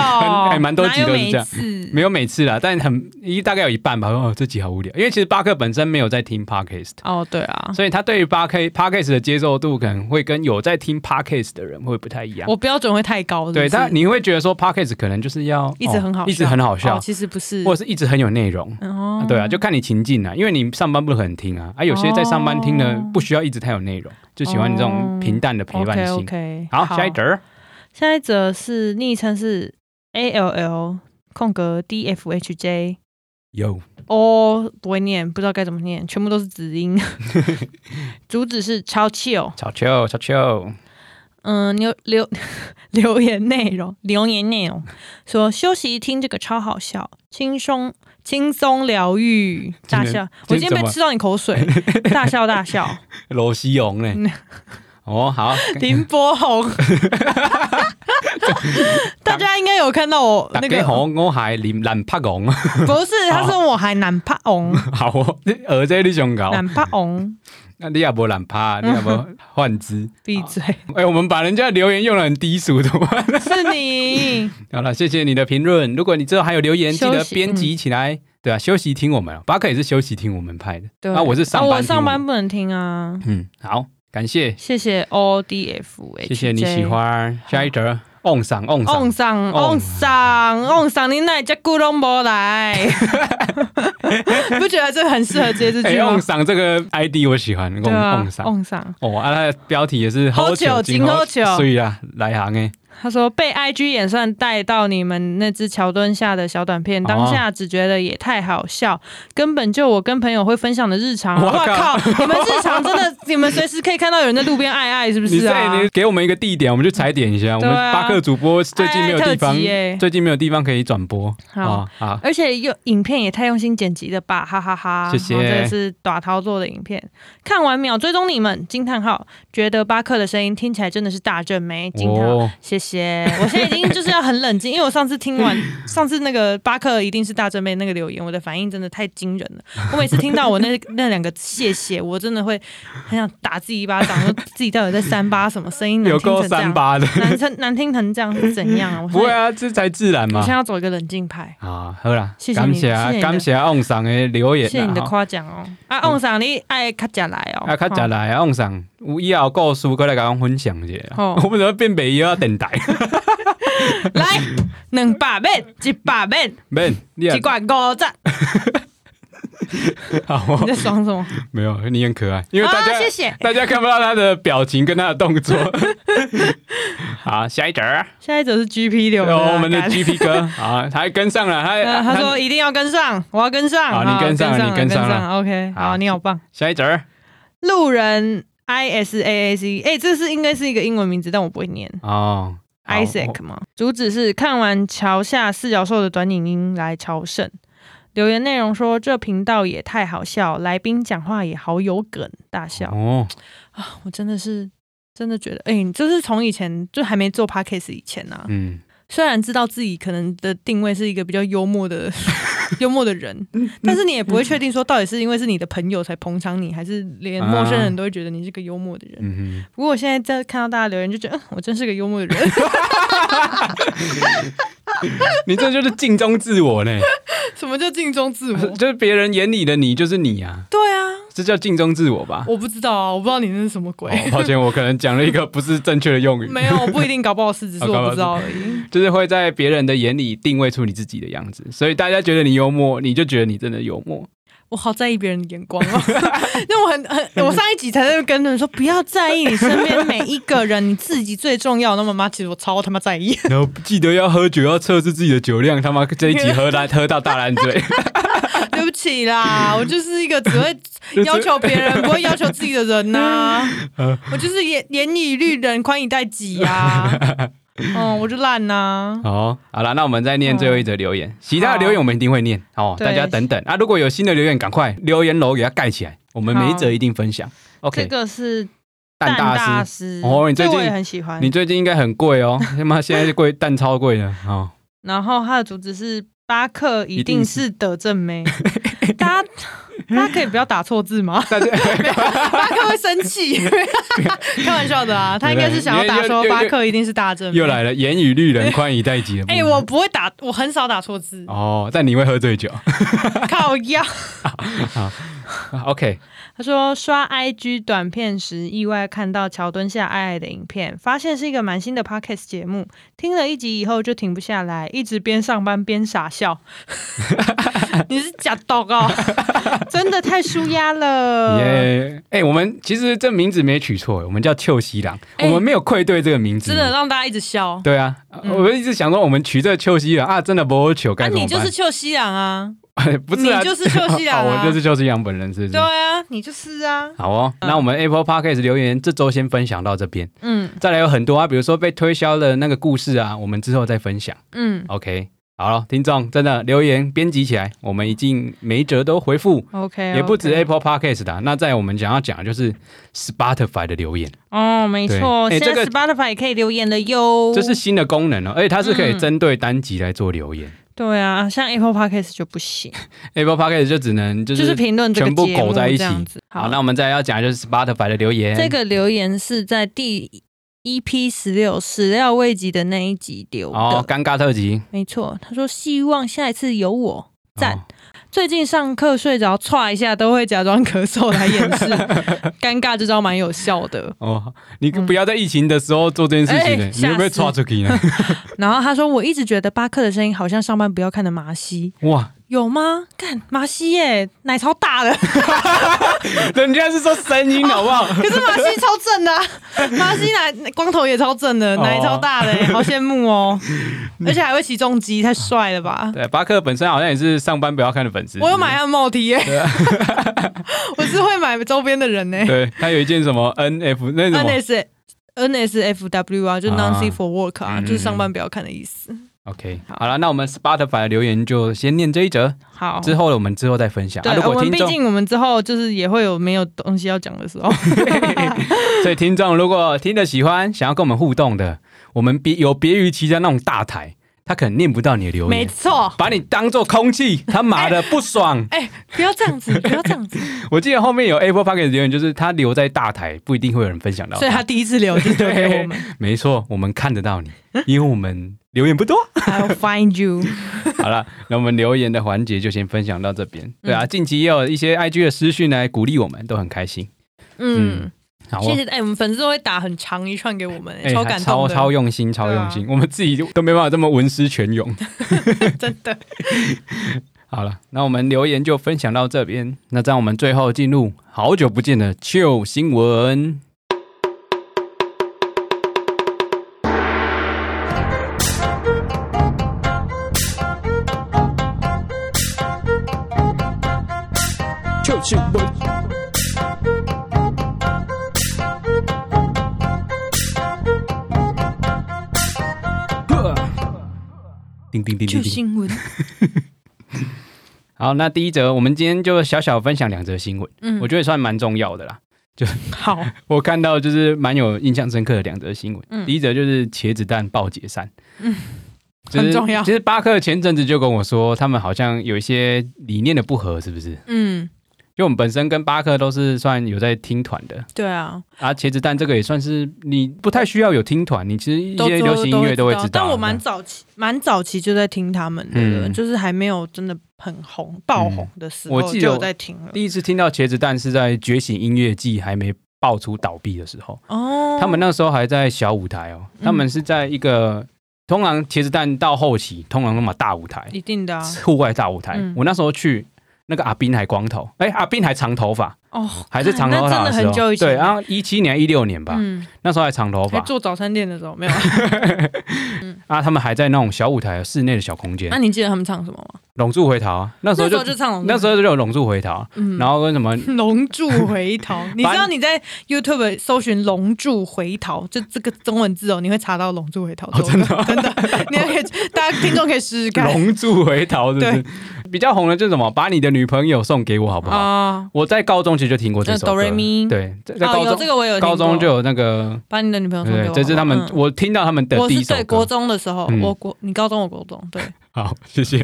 S2: 还蛮多集都是这样
S1: 哪有每一次
S2: 没有每次啦，但很一大概有一半吧。哦，这集好无聊，因为其实巴克本身没有在听 podcast，
S1: 哦，对啊，
S2: 所以他对于八 K podcast 的接受度可能会跟有在听 podcast 的人会不太一样。
S1: 我标准会太高，是不
S2: 啊对
S1: 是
S2: 他，你会觉得说 podcast 可能就是要
S1: 一直很好
S2: 哦
S1: 笑，
S2: 一直很好笑
S1: 哦，其实不是。
S2: 或者是一直很有内容。
S1: 哦
S2: 对啊，就看你情境啊，因为你上班不可能听啊，啊，有些在上班听的
S1: 哦
S2: 不需要一直太有内容，就喜欢你这种平淡的陪伴
S1: OK
S2: 性。
S1: OK，
S2: 好，下一则儿。
S1: 下一则是昵称是 A L L 空格 D F H J
S2: 有
S1: O，不哦会念，不知道该怎么念，全部都是子 音。主旨是超 chill，
S2: 小秋，小秋，
S1: 嗯，留留 留言内容，留言内容说休息听这个超好笑，轻松轻松疗愈，大笑。我
S2: 今天
S1: 今天被
S2: 怎么
S1: 吃到你口水，大笑大 笑。
S2: 罗西勇呢？ 哦，好，
S1: 林柏 宏，大家应该有看到我
S2: 大
S1: 那
S2: 家好，
S1: 个，
S2: 我还林蓝帕红，
S1: 不是，他说我还难怕红，
S2: 好哦，你耳仔你上搞，
S1: 难怕红，
S2: 那你也无蓝帕，你也无换资。
S1: 闭嘴，
S2: 哎，我们把人家的留言用的很低俗的 话，
S1: 是你，
S2: 好了，谢谢你的评论。如果你之后还有留言，记
S1: 休息嗯
S2: 得编辑起来。对啊，休息听我们，巴克也是休息听我们派的。
S1: 对
S2: 啊，我是上
S1: 啊
S2: 班听
S1: 我
S2: 我们，
S1: 上班不能听啊，
S2: 嗯，好，感谢，
S1: 谢谢 O D F H，
S2: 谢谢你喜。欢。下一则，on 赏 on 赏
S1: 翁上
S2: 哦
S1: 翁上翁上，你哪只咕隆波 来？不觉得这很适合接这
S2: 哎
S1: 句吗
S2: ，on？赏这个 ID 我喜欢，on
S1: 对啊
S2: on 赏，
S1: 翁上，
S2: 哦，啊，它的标题也是
S1: 好酒精好酒
S2: 所以啊，来行诶，
S1: 他说被 IG 演算带到你们那只桥墩下的小短片，
S2: 哦
S1: 当下只觉得也太好笑，根本就我跟朋友会分享的日常。
S2: 我
S1: 我
S2: 靠
S1: 靠，你们日常真的，你们随时可以看到有人在路边爱爱，是不
S2: 你
S1: 是
S2: 再
S1: 啊
S2: 你？给我们一个地点，我们去踩点一下。我
S1: 对
S2: 们
S1: 啊
S2: 巴克主播最近没有地
S1: 爱爱
S2: 方
S1: 特辑耶，
S2: 最近没有地方可以转播
S1: 好
S2: 啊啊！
S1: 而且又影片也太用心剪辑了吧，哈哈哈！
S2: 谢谢
S1: 然后这是短操作的影片，看完秒追踪你们，惊叹号！觉得巴克的声音听起来真的是大正妹，惊叹号！
S2: 哦，
S1: 谢谢，我现在已经就是要很冷静，因为我上次听 完，上次那个巴克一定是大正妹那个留言，我的反应真的太惊人了。我每次听到我那那两个谢谢，我真的会很想打自己一巴掌，说自己到底在三八什么声音难
S2: 有
S1: 听成
S2: 够
S1: 这
S2: 三
S1: 样，哎
S2: 八的，
S1: 难听难听成这样是怎样啊？我
S2: 不会
S1: 现在
S2: 啊，这才自然
S1: 我
S2: 嘛
S1: 现。在要走一个冷静派。
S2: 啊，好啦，
S1: 谢谢
S2: 感
S1: 你
S2: 谢啊
S1: 谢谢，你的
S2: 感谢啊，on 赏的留言
S1: 谢谢你的
S2: 啊。
S1: 夸奖哦。啊，翁上你爱较食来哦，
S2: 啊，较食
S1: 来。
S2: 来啊，on 赏，有以后故事过来甲阮分享一下啦。
S1: 哦
S2: 我们怎么变北药电 台？
S1: 来，两百面，一百 面，
S2: 免你
S1: 一
S2: 也
S1: 罐五十。
S2: 哦好哦
S1: 你在爽什么？
S2: 没有，你很可爱，因为大家、
S1: 啊谢谢
S2: 大家看不到他的表情跟他的动 作。好，下一折，
S1: 下一则是 GP 流
S2: 有哦我们的 GP 哥啊，他还跟上了，呃啊他、
S1: 呃他说一定要跟上，我要跟上。啊
S2: 好你跟上了你跟上了啊
S1: OK，
S2: 好
S1: 好，你好棒。
S2: 下一折
S1: 路人 I S A A C，哎，这是应该是一个英文名字，但我不会念。
S2: 哦
S1: Isaac 嘛，主旨是看完桥下四角兽的短影音来朝圣。留言内容说这频道也太好笑，来宾讲话也好有梗，大笑。
S2: 哦，
S1: 我真的是真的觉得，哎、你就是从以前就还没做 podcast 以前啊，
S2: 嗯，
S1: 虽然知道自己可能的定位是一个比较幽默 的幽默的人，
S2: 嗯
S1: 但是你也不会确定说到底是因为是你的朋友才捧场你，还是连陌生人都会觉得你是个幽默的人。
S2: 啊嗯
S1: 不过我现在在看到大家留言，就觉得、嗯、我真是个幽默的 人，
S2: 哼， 你这就是镜中自我 呢，
S1: 什么叫镜中自我？
S2: 就是别人眼里的你就是你啊，
S1: 对啊，
S2: 这叫镜中自我吧？
S1: 我不知道啊，我不知道你那是什么鬼。
S2: 哦，抱歉，我可能讲了一个不是正确的用语，
S1: 没有，我不一定搞不好是， 只是我不知道而已。
S2: 就是会在别人的眼里定位出你自己的样子，所以大家觉得你幽默，你就觉得你真的幽默。
S1: 我好在意别人的眼光哦， 那我很很，我上一集才在跟他们说不要在意你身边每一个人，你自己最重要。那妈妈其实我超他妈在 意，
S2: 然后记得要喝酒，要测试自己的酒量。他妈这一集喝烂，喝到大烂醉，
S1: 对不起 啦，我就是一个只会要求别人，不会要求啊
S2: 嗯
S1: 自己的人呐、我就是严严以律人，宽以待己呀、嗯，啊我就烂呐、
S2: 哦，好了，那我们再念最后一则留言，其他的留言我们一定会念哦，
S1: 对
S2: 大家等等啊，如果有新的留言，赶快留言楼给它盖起来，我们每一则一定分享。
S1: 这
S2: OK，
S1: 个是
S2: 蛋
S1: 大
S2: 大师，
S1: 师
S2: 哦你最
S1: 这
S2: 近
S1: 我也很喜欢
S2: 你。最近应该很贵哦， 他妈现在是贵蛋超贵的哦，
S1: 然后它的主旨是巴克一
S2: 一定
S1: 定
S2: 是
S1: 是得正 妹，大家大家可以不要打错字吗？
S2: 大家
S4: 巴克会生气，开玩笑的 啊，他应该是想要打说巴克一定是大正。
S2: 又来了，言语律人，宽以待己的部分。
S4: 哎、我不会打，我很少打错字，
S2: 哦，但你会喝醉酒。
S1: 靠腰。
S2: 啊 OK，
S1: 他说刷 IG 短片时意外看到桥墩下爱爱的影片，发现是一个蛮新的 podcast 节目，听了一集以后就停不下来，一直边上班边傻笑。 你是假祷告， 真的太舒压 了。
S2: 耶！哎，我们其实这名字没取错，我们叫邱西郎，我
S4: 哎
S2: 们没有愧对这个名字。
S4: 真的让大家一直笑。
S2: 对啊，我一直想说我们取这邱西郎啊，真的不好求，
S4: 嗯啊，
S2: 该怎
S4: 你
S2: 么
S4: 就是
S2: 办？
S4: 邱西朗啊，
S2: 不是啊，
S4: 你就是邱西郎
S2: 哦
S4: 啊
S2: 我就是邱西郎本人，是
S4: 对
S2: 不是？
S4: 啊，嗯
S1: 你就是啊，
S2: 好哦，那我们 Apple Podcast 留言这周先分享到这边，
S1: 嗯
S2: 再来有很多啊，比如说被推销的那个故事啊，我们之后再分享。
S1: 嗯
S2: OK，好了，听众真的留言编辑起来，我们已经每一则都回复，
S1: ，OK，
S2: 也不止
S1: OK
S2: Apple Podcast 的啊、那在我们想要讲的就是 Spotify 的留言，
S1: 哦，没错，
S2: 对哎
S1: 现在
S2: 这个
S1: Spotify 也可以留言了哟。
S2: 这是新的功能哦，而且它是可以
S1: 嗯
S2: 针对单集来做留言。
S4: 嗯
S1: 对啊，像 Apple Podcast 就不行，
S2: Apple Podcast 就只能就
S1: 就是是评论这个
S2: 全部
S1: 节目
S2: 苟在
S1: 这
S2: 一起
S1: 样子。。
S2: 好，那我们再要讲的就是 Spotify 的留言，
S1: 这个留言是在第 EP 十六始料未及的那一集留的，
S2: 哦，尴尬特辑，
S1: 没错。他说希望下一次有我。赞
S2: 哦！
S1: 最近上课睡着，歘一下都会假装咳嗽来掩 饰，尴尬这招蛮有效的。
S2: 哦，你不要在疫情的时候做这件事情呢，
S1: 哎
S2: 你会不会
S1: 吓死
S2: 抓出去呢？
S1: 然后他说，我一直觉得巴克的声音好像上班不要看的麻西，
S2: 哇，
S1: 有吗？干麻西耶，奶超大的，
S2: 人家是说声音啊 好不好？
S1: 可是马西超正的、 啊，马西奶光头也超正的，
S2: 哦嗯
S1: 奶超大的、 好羡慕哦！而且还会起重机，太帅了吧！
S2: 对，巴克本身好像也是上班不要看的粉丝，
S4: 我有
S1: 啊
S4: 买他的帽 T 耶、
S1: 我是会买周边的人呢、
S2: 啊对他有一件什么 N F 那什
S1: N
S2: 么
S1: S N S F W 啊，就 Non C
S2: 啊
S1: for Work 啊，
S2: 嗯
S1: 就是上班不要看的意思。
S2: OK，好了，那我们 Spotify 的留言就先念这一则，
S1: 好，
S2: 之后我们之后再分享。啊、
S1: 对
S2: 如
S1: 我
S2: 果
S1: 们
S2: 听
S1: 毕
S2: 众，
S1: 竟我们之后就是也会有没有东西要讲的时 候，
S2: 所以听众如果听的喜欢，想要跟我们互动的，我们别有别于其他那种大台，他可能念不到你的留
S4: 没
S2: 言，
S4: 错。
S2: 把你当做空气，他妈的不爽。
S4: 哎、不要这样子，不要这样子。
S2: 我记得后面有 Apple p o c k e t 留言，就是他留在大台，不一定会有人分享到
S1: 所以
S2: 他。
S1: 他第一次留就留给我们
S2: 没错，我们看得到你， 因为我们留言不 多。
S1: ，I'll find you。
S2: 好了，那我们留言的环节就先分享到这边。对啊，近期也有一些 IG 的私讯来鼓励我们，都很开心。
S4: 嗯，
S2: 好、哦，
S4: 谢谢。哎、我们粉丝都会打很长一串给我们、哎
S2: 欸
S4: 超感动
S2: 超
S4: 的，
S2: 超用心，超用心，我们自己都没办法这么文思泉涌。
S4: 真的。
S2: 好了，那我们留言就分享到这边。那这样我们最后进入好久不见的旧新闻。旧新闻。叮叮叮叮
S1: 就
S2: 叮。
S1: 新闻，
S2: 好，那第一则，我们今天就小小分享两则新闻，
S1: 嗯
S2: 我觉得算蛮重要的啦。
S1: 好，
S2: 我看到就是蛮有印象深刻的两则新闻，
S1: 嗯
S2: 第一则就是茄子蛋爆解散，嗯，
S4: 很重要
S2: 其实巴克前阵子就跟我说，他们好像有一些理念的不合，是不是？
S4: 嗯，
S2: 因为我们本身跟巴克都是算有在听团的，
S4: 对啊，
S2: 啊，茄子蛋这个也算是你不太需要有听团，你其实一
S4: 都
S2: 些流行音乐都会知道。
S4: 但我蛮
S2: 嗯
S4: 早期，蛮早期就在听他们的了，
S2: 嗯
S4: 就是还没有真的很红爆红的时候，
S2: 我记得
S4: 就
S2: 我
S4: 有在听了。
S2: 第一次听到茄子蛋是在《觉醒音乐季》还没爆出倒闭的时候。
S4: 哦，
S2: 他们那时候还在小舞台哦，他们是在一个通常茄子蛋到后期通常那么大舞台，
S4: 一定的啊，
S2: 户外大舞台
S4: 嗯。
S2: 我那时候去，那个阿斌还光头，哎，阿斌还长头发，
S4: 哦，
S2: 还是长头
S4: 那
S2: 发
S4: 真
S1: 啊
S4: 的
S2: 时
S4: 很久
S2: 候，
S4: 以前，
S2: 对，啊然后一七年一六年吧，
S4: 嗯，
S2: 那时候还长头
S4: 还
S2: 发
S4: 做早餐店的时候没有啊？
S2: 啊，他们还在那种小舞台室内的小空间
S4: 那、。你记得他们唱什么吗？
S2: 龙柱回逃》，啊那时候
S1: 那时
S2: 就
S1: 候就唱龙，
S2: 那时候就有《龙柱回逃》啊
S1: 嗯
S2: 然后跟什么
S1: 《 龙柱回逃》， 你知道你在 YouTube 搜寻“龙柱回逃”就这个中文字哦，你会查到“龙柱回
S2: 哦
S1: 逃”真的真 的，你也可以，大家听众可以试试
S2: 《
S1: 看
S2: 龙柱回逃》，是不是？比较红的就是什么，把你的女朋友送给我，好不好？
S1: 啊。
S2: 我在高中其实就听过这
S1: 那
S2: 首歌，
S1: 哆瑞咪，
S2: 对，在在
S1: 哦，
S2: 高
S1: 有
S2: 中、
S1: 这个我有听过
S2: 高中就有那个，
S1: 把你的女朋友送给
S2: 对，
S1: 我，
S2: 这是他们、
S1: 嗯
S2: 我听到他们的
S1: 我
S2: 第一
S1: 是
S2: 首
S1: 对国
S2: 歌。
S1: 中的时候
S2: 嗯，
S1: 我国你高中我国中，对，
S2: 好，谢谢。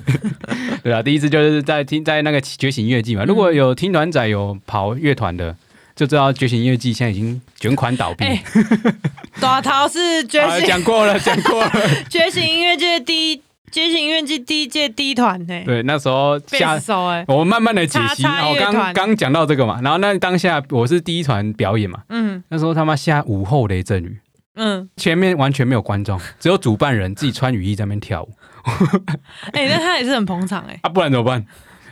S2: 对啊，第一次就是在听在那个觉醒音乐季
S1: 嗯
S2: 嘛，如果有听团仔有跑乐团的。就知道觉醒音乐季现在已经卷款倒闭。
S1: 哎短桃是觉
S2: 啊
S1: 醒
S2: 讲过了，讲过了。
S1: 觉醒音乐界第一觉醒音乐界第一届第一团呢，
S2: 对，那时候
S1: 贝斯
S2: 下
S1: 手哎，
S2: 我们慢慢的解析。
S1: 叉叉
S2: 然后我
S1: 乐
S2: 刚
S1: 团
S2: 刚讲到这个嘛，然后那当下我是第一团表演嘛，
S1: 嗯
S2: 那时候他妈下午后雷阵雨，
S1: 嗯，
S2: 前面完全没有观众，只有主办人自己穿雨衣在那边跳舞。
S1: 哎，那他也是很捧场哎，
S2: 啊，不然怎么办？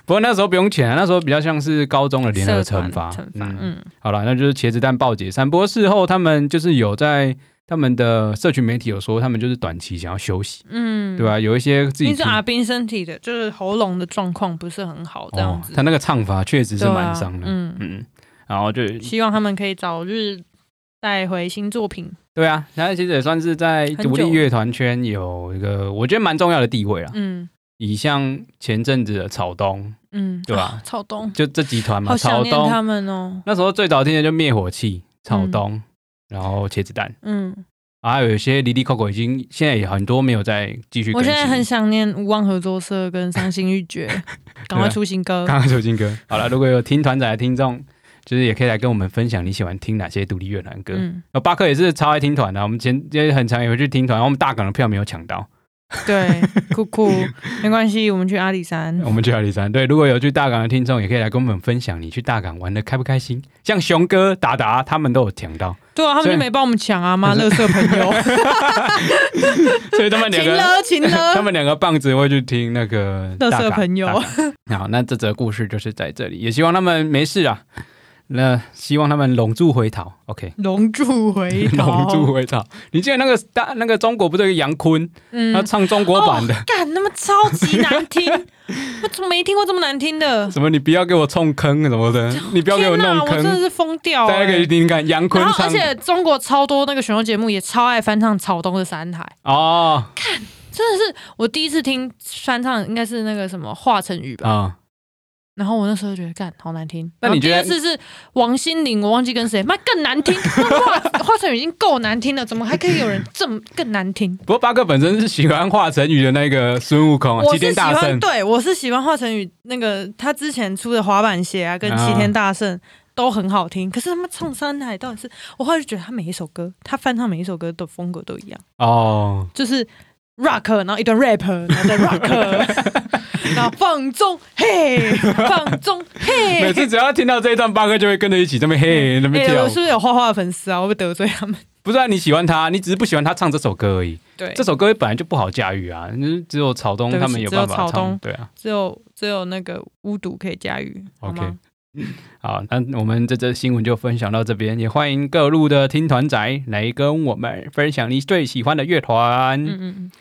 S2: 不过那时候不用钱、啊，那时候比较像是高中的联合惩罚。
S1: 社团惩罚，嗯，
S2: 好了，那就是茄子蛋爆解散。不过事后他们就是有在他们的社群媒体有说，他们就是短期想要休息，
S1: 嗯，
S2: 对吧、有一些自己
S1: 因为
S2: 听
S1: 阿斌身体的就是喉咙的状况不是很好，这样
S2: 哦
S1: 子，，
S2: 他那个唱法确实是
S1: 对啊
S2: 蛮伤的。
S1: 嗯，
S2: 嗯，然后就
S1: 希望他们可以早日带回新作品。
S2: 对啊，他其实也算是在独立
S1: 很久
S2: 乐团圈有一个我觉得蛮重要的地位啦。
S1: 嗯
S2: 以像前阵子的草东，
S1: 嗯，
S2: 对吧
S1: 啊草东，
S2: 就这集团嘛，
S1: 好想
S2: 草
S1: 念
S2: 东
S1: 他们哦。
S2: 那时候最早听的就灭火器、草
S1: 嗯
S2: 东，然后茄子蛋，
S1: 嗯，
S2: 啊，还有一些离离 Coco 已经现在也很多没有再继续
S1: 我
S2: 更
S1: 现
S2: 新。
S1: 在很想念无望合作社跟伤心欲 绝，赶快出新歌。
S2: 刚刚酒精哥，好了，如果有听团仔的听众，就是也可以来跟我们分享你喜欢听哪些独立乐团歌。
S1: 嗯，
S2: 那、巴克也是超爱听团的，我们前也很常也会去听团，然后我们大港的票没有抢到，
S1: 对，酷 酷，没关系，我们去阿里山。
S2: 我们去阿里山。对，如果有去大港的听众，也可以来跟我们分享你去大港玩的开不开心。像熊哥、达达他们都有 抢到，
S1: 对啊，他们
S2: 所以
S1: 就没帮我们抢啊， 妈，乐色朋友，
S2: 所以他们
S1: 勤
S2: 两 个
S1: 了勤
S2: 他
S1: 了。
S2: 们两个棒子会去听那个
S1: 垃圾
S2: 大港
S1: 朋友。
S2: 大港好，那这则故事就是在这里，也希望他们没事啊。那希望他们龙柱回逃，OK，
S1: 龙柱回逃，
S2: 龙柱回逃。你记得那个大那个中国不是有一个杨坤，
S1: 嗯
S2: 他唱中国版的、
S1: 哦干、那么超级难听，我怎么没听过这么难听的？
S2: 什么？你不要给我冲坑什 么的，你不要给
S1: 天
S2: 弄
S1: 哪，我真的
S2: 坑。
S1: 是疯掉、
S2: 大家可以
S1: 欸！
S2: 听听看，杨坤
S1: 然后，而
S2: 唱
S1: 且中国超多那个选秀节目也超爱翻唱草东的《山海》，
S2: 哦
S1: 真的是我第一次听翻唱，应该是那个什么华晨宇吧。
S2: 啊、
S1: 然后我那时候就觉得干好难听。
S2: 那你觉得
S1: 然后第二次是王心凌，我忘记跟谁，妈更难听。那华华晨宇已经够难听了，怎么还可以有人这么更难听？
S2: 不过巴克本身是喜欢华晨宇的那个孙悟空啊，
S1: 我
S2: 齐
S1: 是
S2: 天
S1: 喜
S2: 大
S1: 欢，
S2: 圣。
S1: 对我是喜欢华晨宇那个他之前出的滑板鞋啊，跟
S2: 啊
S1: 齐天大圣、都很好听。可是他们唱山海到底是，我后来就觉得他每一首歌，他翻唱每一首歌的风格都一样，
S2: 哦，
S1: 就是 rock，然后一段 rap，然后再 rock，然 后放纵嘿，放纵
S2: 每
S1: 嘿。
S2: 次只要听到这一段，巴克就会跟着一起这么嘿，那边
S1: 哎、
S2: 跳
S1: 我
S2: 舞
S1: 是。不是有花花的粉丝啊？我会得罪他们。
S2: 不是啊，你喜欢他，你只是不喜欢他唱这首歌而已。
S1: 对，
S2: 这首歌本来就不好驾驭啊，就是只有草东
S1: 对不
S2: 他
S1: 起
S2: 们有办
S1: 只
S2: 法
S1: 有草
S2: 唱。
S1: 东
S2: 对啊，
S1: 只有只有那个巫毒可以驾驭。好吗
S2: OK 好，那我们这则新闻就分享到这边，也欢迎各路的听团仔来跟我们分享你最喜欢的乐团。
S1: 嗯嗯嗯。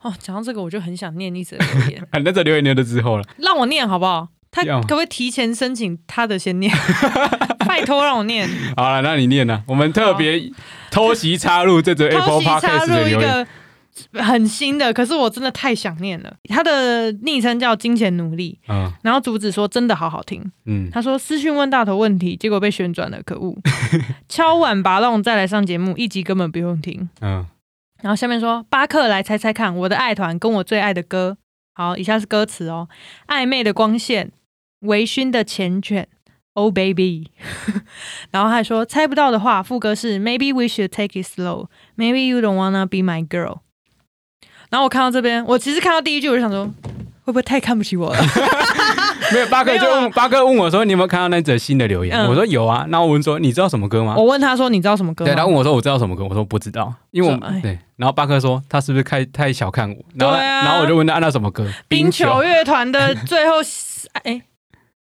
S1: 哦，讲到这个，我就很想念一则留言。
S2: 啊，那这留言留到之后了，
S1: 让我念好不好？他
S2: 要
S1: 可不可以提前申请他的 先念？拜托让我念，
S2: 好了，那你念了。我们特别偷袭插入这则 Apple
S1: 偷袭插
S2: Podcast
S1: 入
S2: 的
S1: 一
S2: 留言。
S1: 个很新的，可是我真的太想念了。他的昵称叫“金钱奴隶
S2: 嗯”，
S1: 然后竹子说真的好好听。
S2: 嗯，
S1: 他说私讯问大头问题，结果被旋转了，可 恶！敲碗拔弄再来上节目，一集根本不用听。
S2: 嗯，
S1: 然后下面说巴克来猜猜看，我的爱团跟我最爱的歌。好，以下是歌词哦：暧昧的光线，微醺的缱绻，Oh baby。然后还说猜不到的话，副歌是 Maybe we should take it slow, Maybe you don't wanna be my girl。然后我看到这边，我其实看到第一句我就想说，会不会太看不起我了？
S2: 没有，巴克
S1: 没有
S2: 就
S1: 啊
S2: 问巴克问我说：“你有没有看到那则新的留言？”
S1: 嗯
S2: 我说：“有啊。”那我问说：“你知道什么歌吗？”
S1: 我问他说你知道什么歌
S2: 对，他
S1: 吗？
S2: 问我说我知道什么歌，我说不知道，因为我
S1: 啊是哎
S2: 对。然后巴克说他是不是太太小看我，然后、
S1: 对啊
S2: 然后我就问他按到什么歌，
S1: 冰球乐团的最后 哎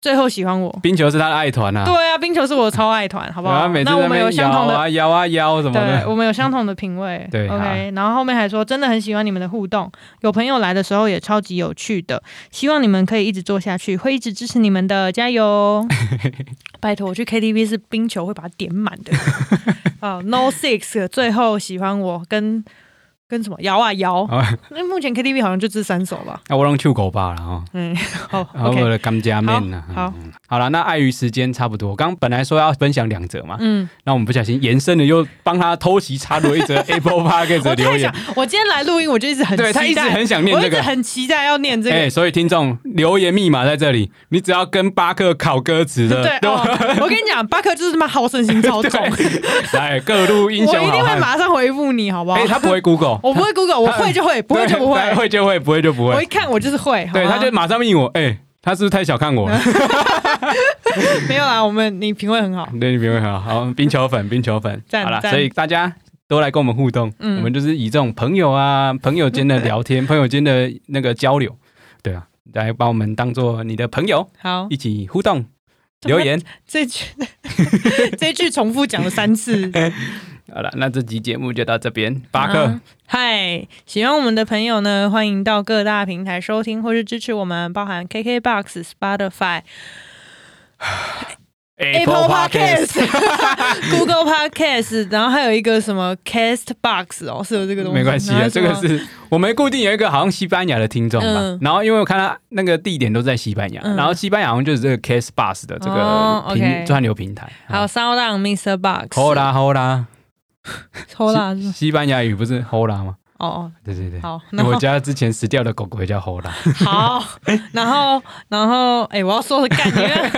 S1: 最后喜欢我。
S2: 冰球是他的爱团啊，
S1: 对啊，冰球是我的超爱团，好不
S2: 然后
S1: 好？
S2: 每次
S1: 那
S2: 在
S1: 我
S2: 那
S1: 们有
S2: 边摇
S1: 相同的
S2: 啊摇啊摇什么
S1: 对，
S2: 的，
S1: 我们有相同的品味。
S2: 对
S1: ，OK。然后后面还说，真的很喜欢你们的互动，有朋友来的时候也超级有趣的，希望你们可以一直做下去，会一直支持你们的，加油！ 拜托，我去 KTV 是冰球会把它点满 的。啊 n o Six 最后喜欢我跟跟什么摇啊摇
S2: 哦，
S1: 那目前 KTV 好像就这三首吧。
S2: 啊，我让 Q 狗吧了哈。
S1: 嗯，好
S2: 然后啊我
S1: ，OK，
S2: 的干加面呢？
S1: 好好
S2: 嗯，嗯好了，那碍于时间差不多，刚本来说要分享两则嘛，
S1: 嗯，
S2: 那我们不小心延伸的又帮他偷袭插入一 则 Apple Park 的
S1: 我
S2: 留
S1: 太
S2: 言
S1: 想，，我今天来录音，我就一直很
S2: 对他一
S1: 期
S2: 直
S1: 待
S2: 很想念
S1: 我
S2: 这
S1: 一直
S2: 个。
S1: 很期待要念这个
S2: 哎、所以听众留言密码在这里，你只要跟巴克考歌词的，
S1: 对哦， 我跟你讲，巴克就是他妈好胜心超重，我
S2: 来各路英雄
S1: 哦一
S2: 好
S1: 定会
S2: 汉。
S1: 马上回复你，好不好
S2: 哎、？他 不会 Google，
S1: 我不会 Google，我会就会，不会就不
S2: 对
S1: 会。
S2: 会就会，不会就不
S1: 我
S2: 会
S1: 一。看我就是会，好啊
S2: 对，
S1: 吗
S2: 他就马上命我，哎、他是不是太小 看我了？
S1: 没有啦。我们你品味很好，
S2: 对，你评论很好，好，冰球粉，冰球粉，
S1: 赞
S2: 好啦，
S1: 赞
S2: 所以大家。都来跟我们互动，
S1: 嗯
S2: 我们就是以这种朋 友啊、朋友间的聊天、朋友间的那个交流，对啊，来把我们当做你的朋友，
S1: 好，
S2: 一起互动、留言。
S1: 这句 这句重复讲了三次。
S2: 好了，那这集节目就到这边，哎巴克，
S1: 嗯嗨，喜欢我们的朋友呢，欢迎到各大平台收听或是支持我们，包含 KKBox、Spotify、Apple
S2: Podcast
S1: Podcast、Google Podcast，然后还有一个什么 Castbox 哦，是有这个东西，
S2: 没关系
S1: 然
S2: 啊，
S1: 后什
S2: 这
S1: 么
S2: 个是我们固定有一个好像西班牙的听众吧，
S1: 嗯
S2: 然后因为我看他那个地点都在西班牙，
S1: 嗯
S2: 然后西班牙好像就是这个 Case Bus 的这
S1: 哦
S2: 个平、
S1: OK
S2: 串流平台。啊
S1: 还有 Sound On Mr. Box，
S2: 好啦好啦，
S1: 抽啦是吗
S2: 西班牙语不是吼啦吗？
S1: 哦哦，
S2: 对对对，
S1: 好，然
S2: 我
S1: 后
S2: 家之前死掉的狗狗也叫吼啦，
S1: 好，然后然后哎、我要说的概念。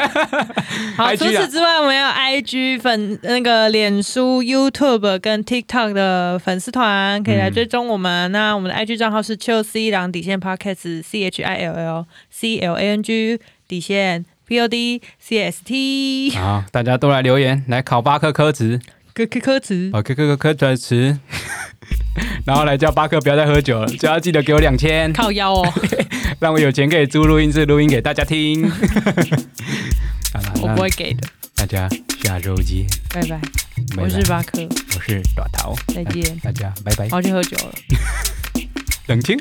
S1: 好，
S2: IG
S1: 除此之外，我们有 IG 粉那个脸书、YouTube 跟 TikTok 的粉丝团，可以来
S2: 嗯
S1: 追踪我们。那我们的 IG 账号是 chill c 然后底线 podcast c h i l l c l a n g 底线 p o d c s t
S2: 好，大家都来留言，来考巴克科词，
S1: 科科科词。
S2: 把科科科科词， 然后来叫巴克不要再喝酒了，只要记得给我两千，
S1: 靠腰哦，
S2: 让我有钱可以租录音室录音给大家听。 好了，
S1: 我
S2: 那
S1: 不会给的，
S2: 大家下周见。
S1: 拜拜。
S2: 拜拜
S1: 我是巴克，
S2: 我是短桃，嗯
S1: 再见
S2: 大家拜拜，
S1: 我要去喝酒了。
S2: 冷清。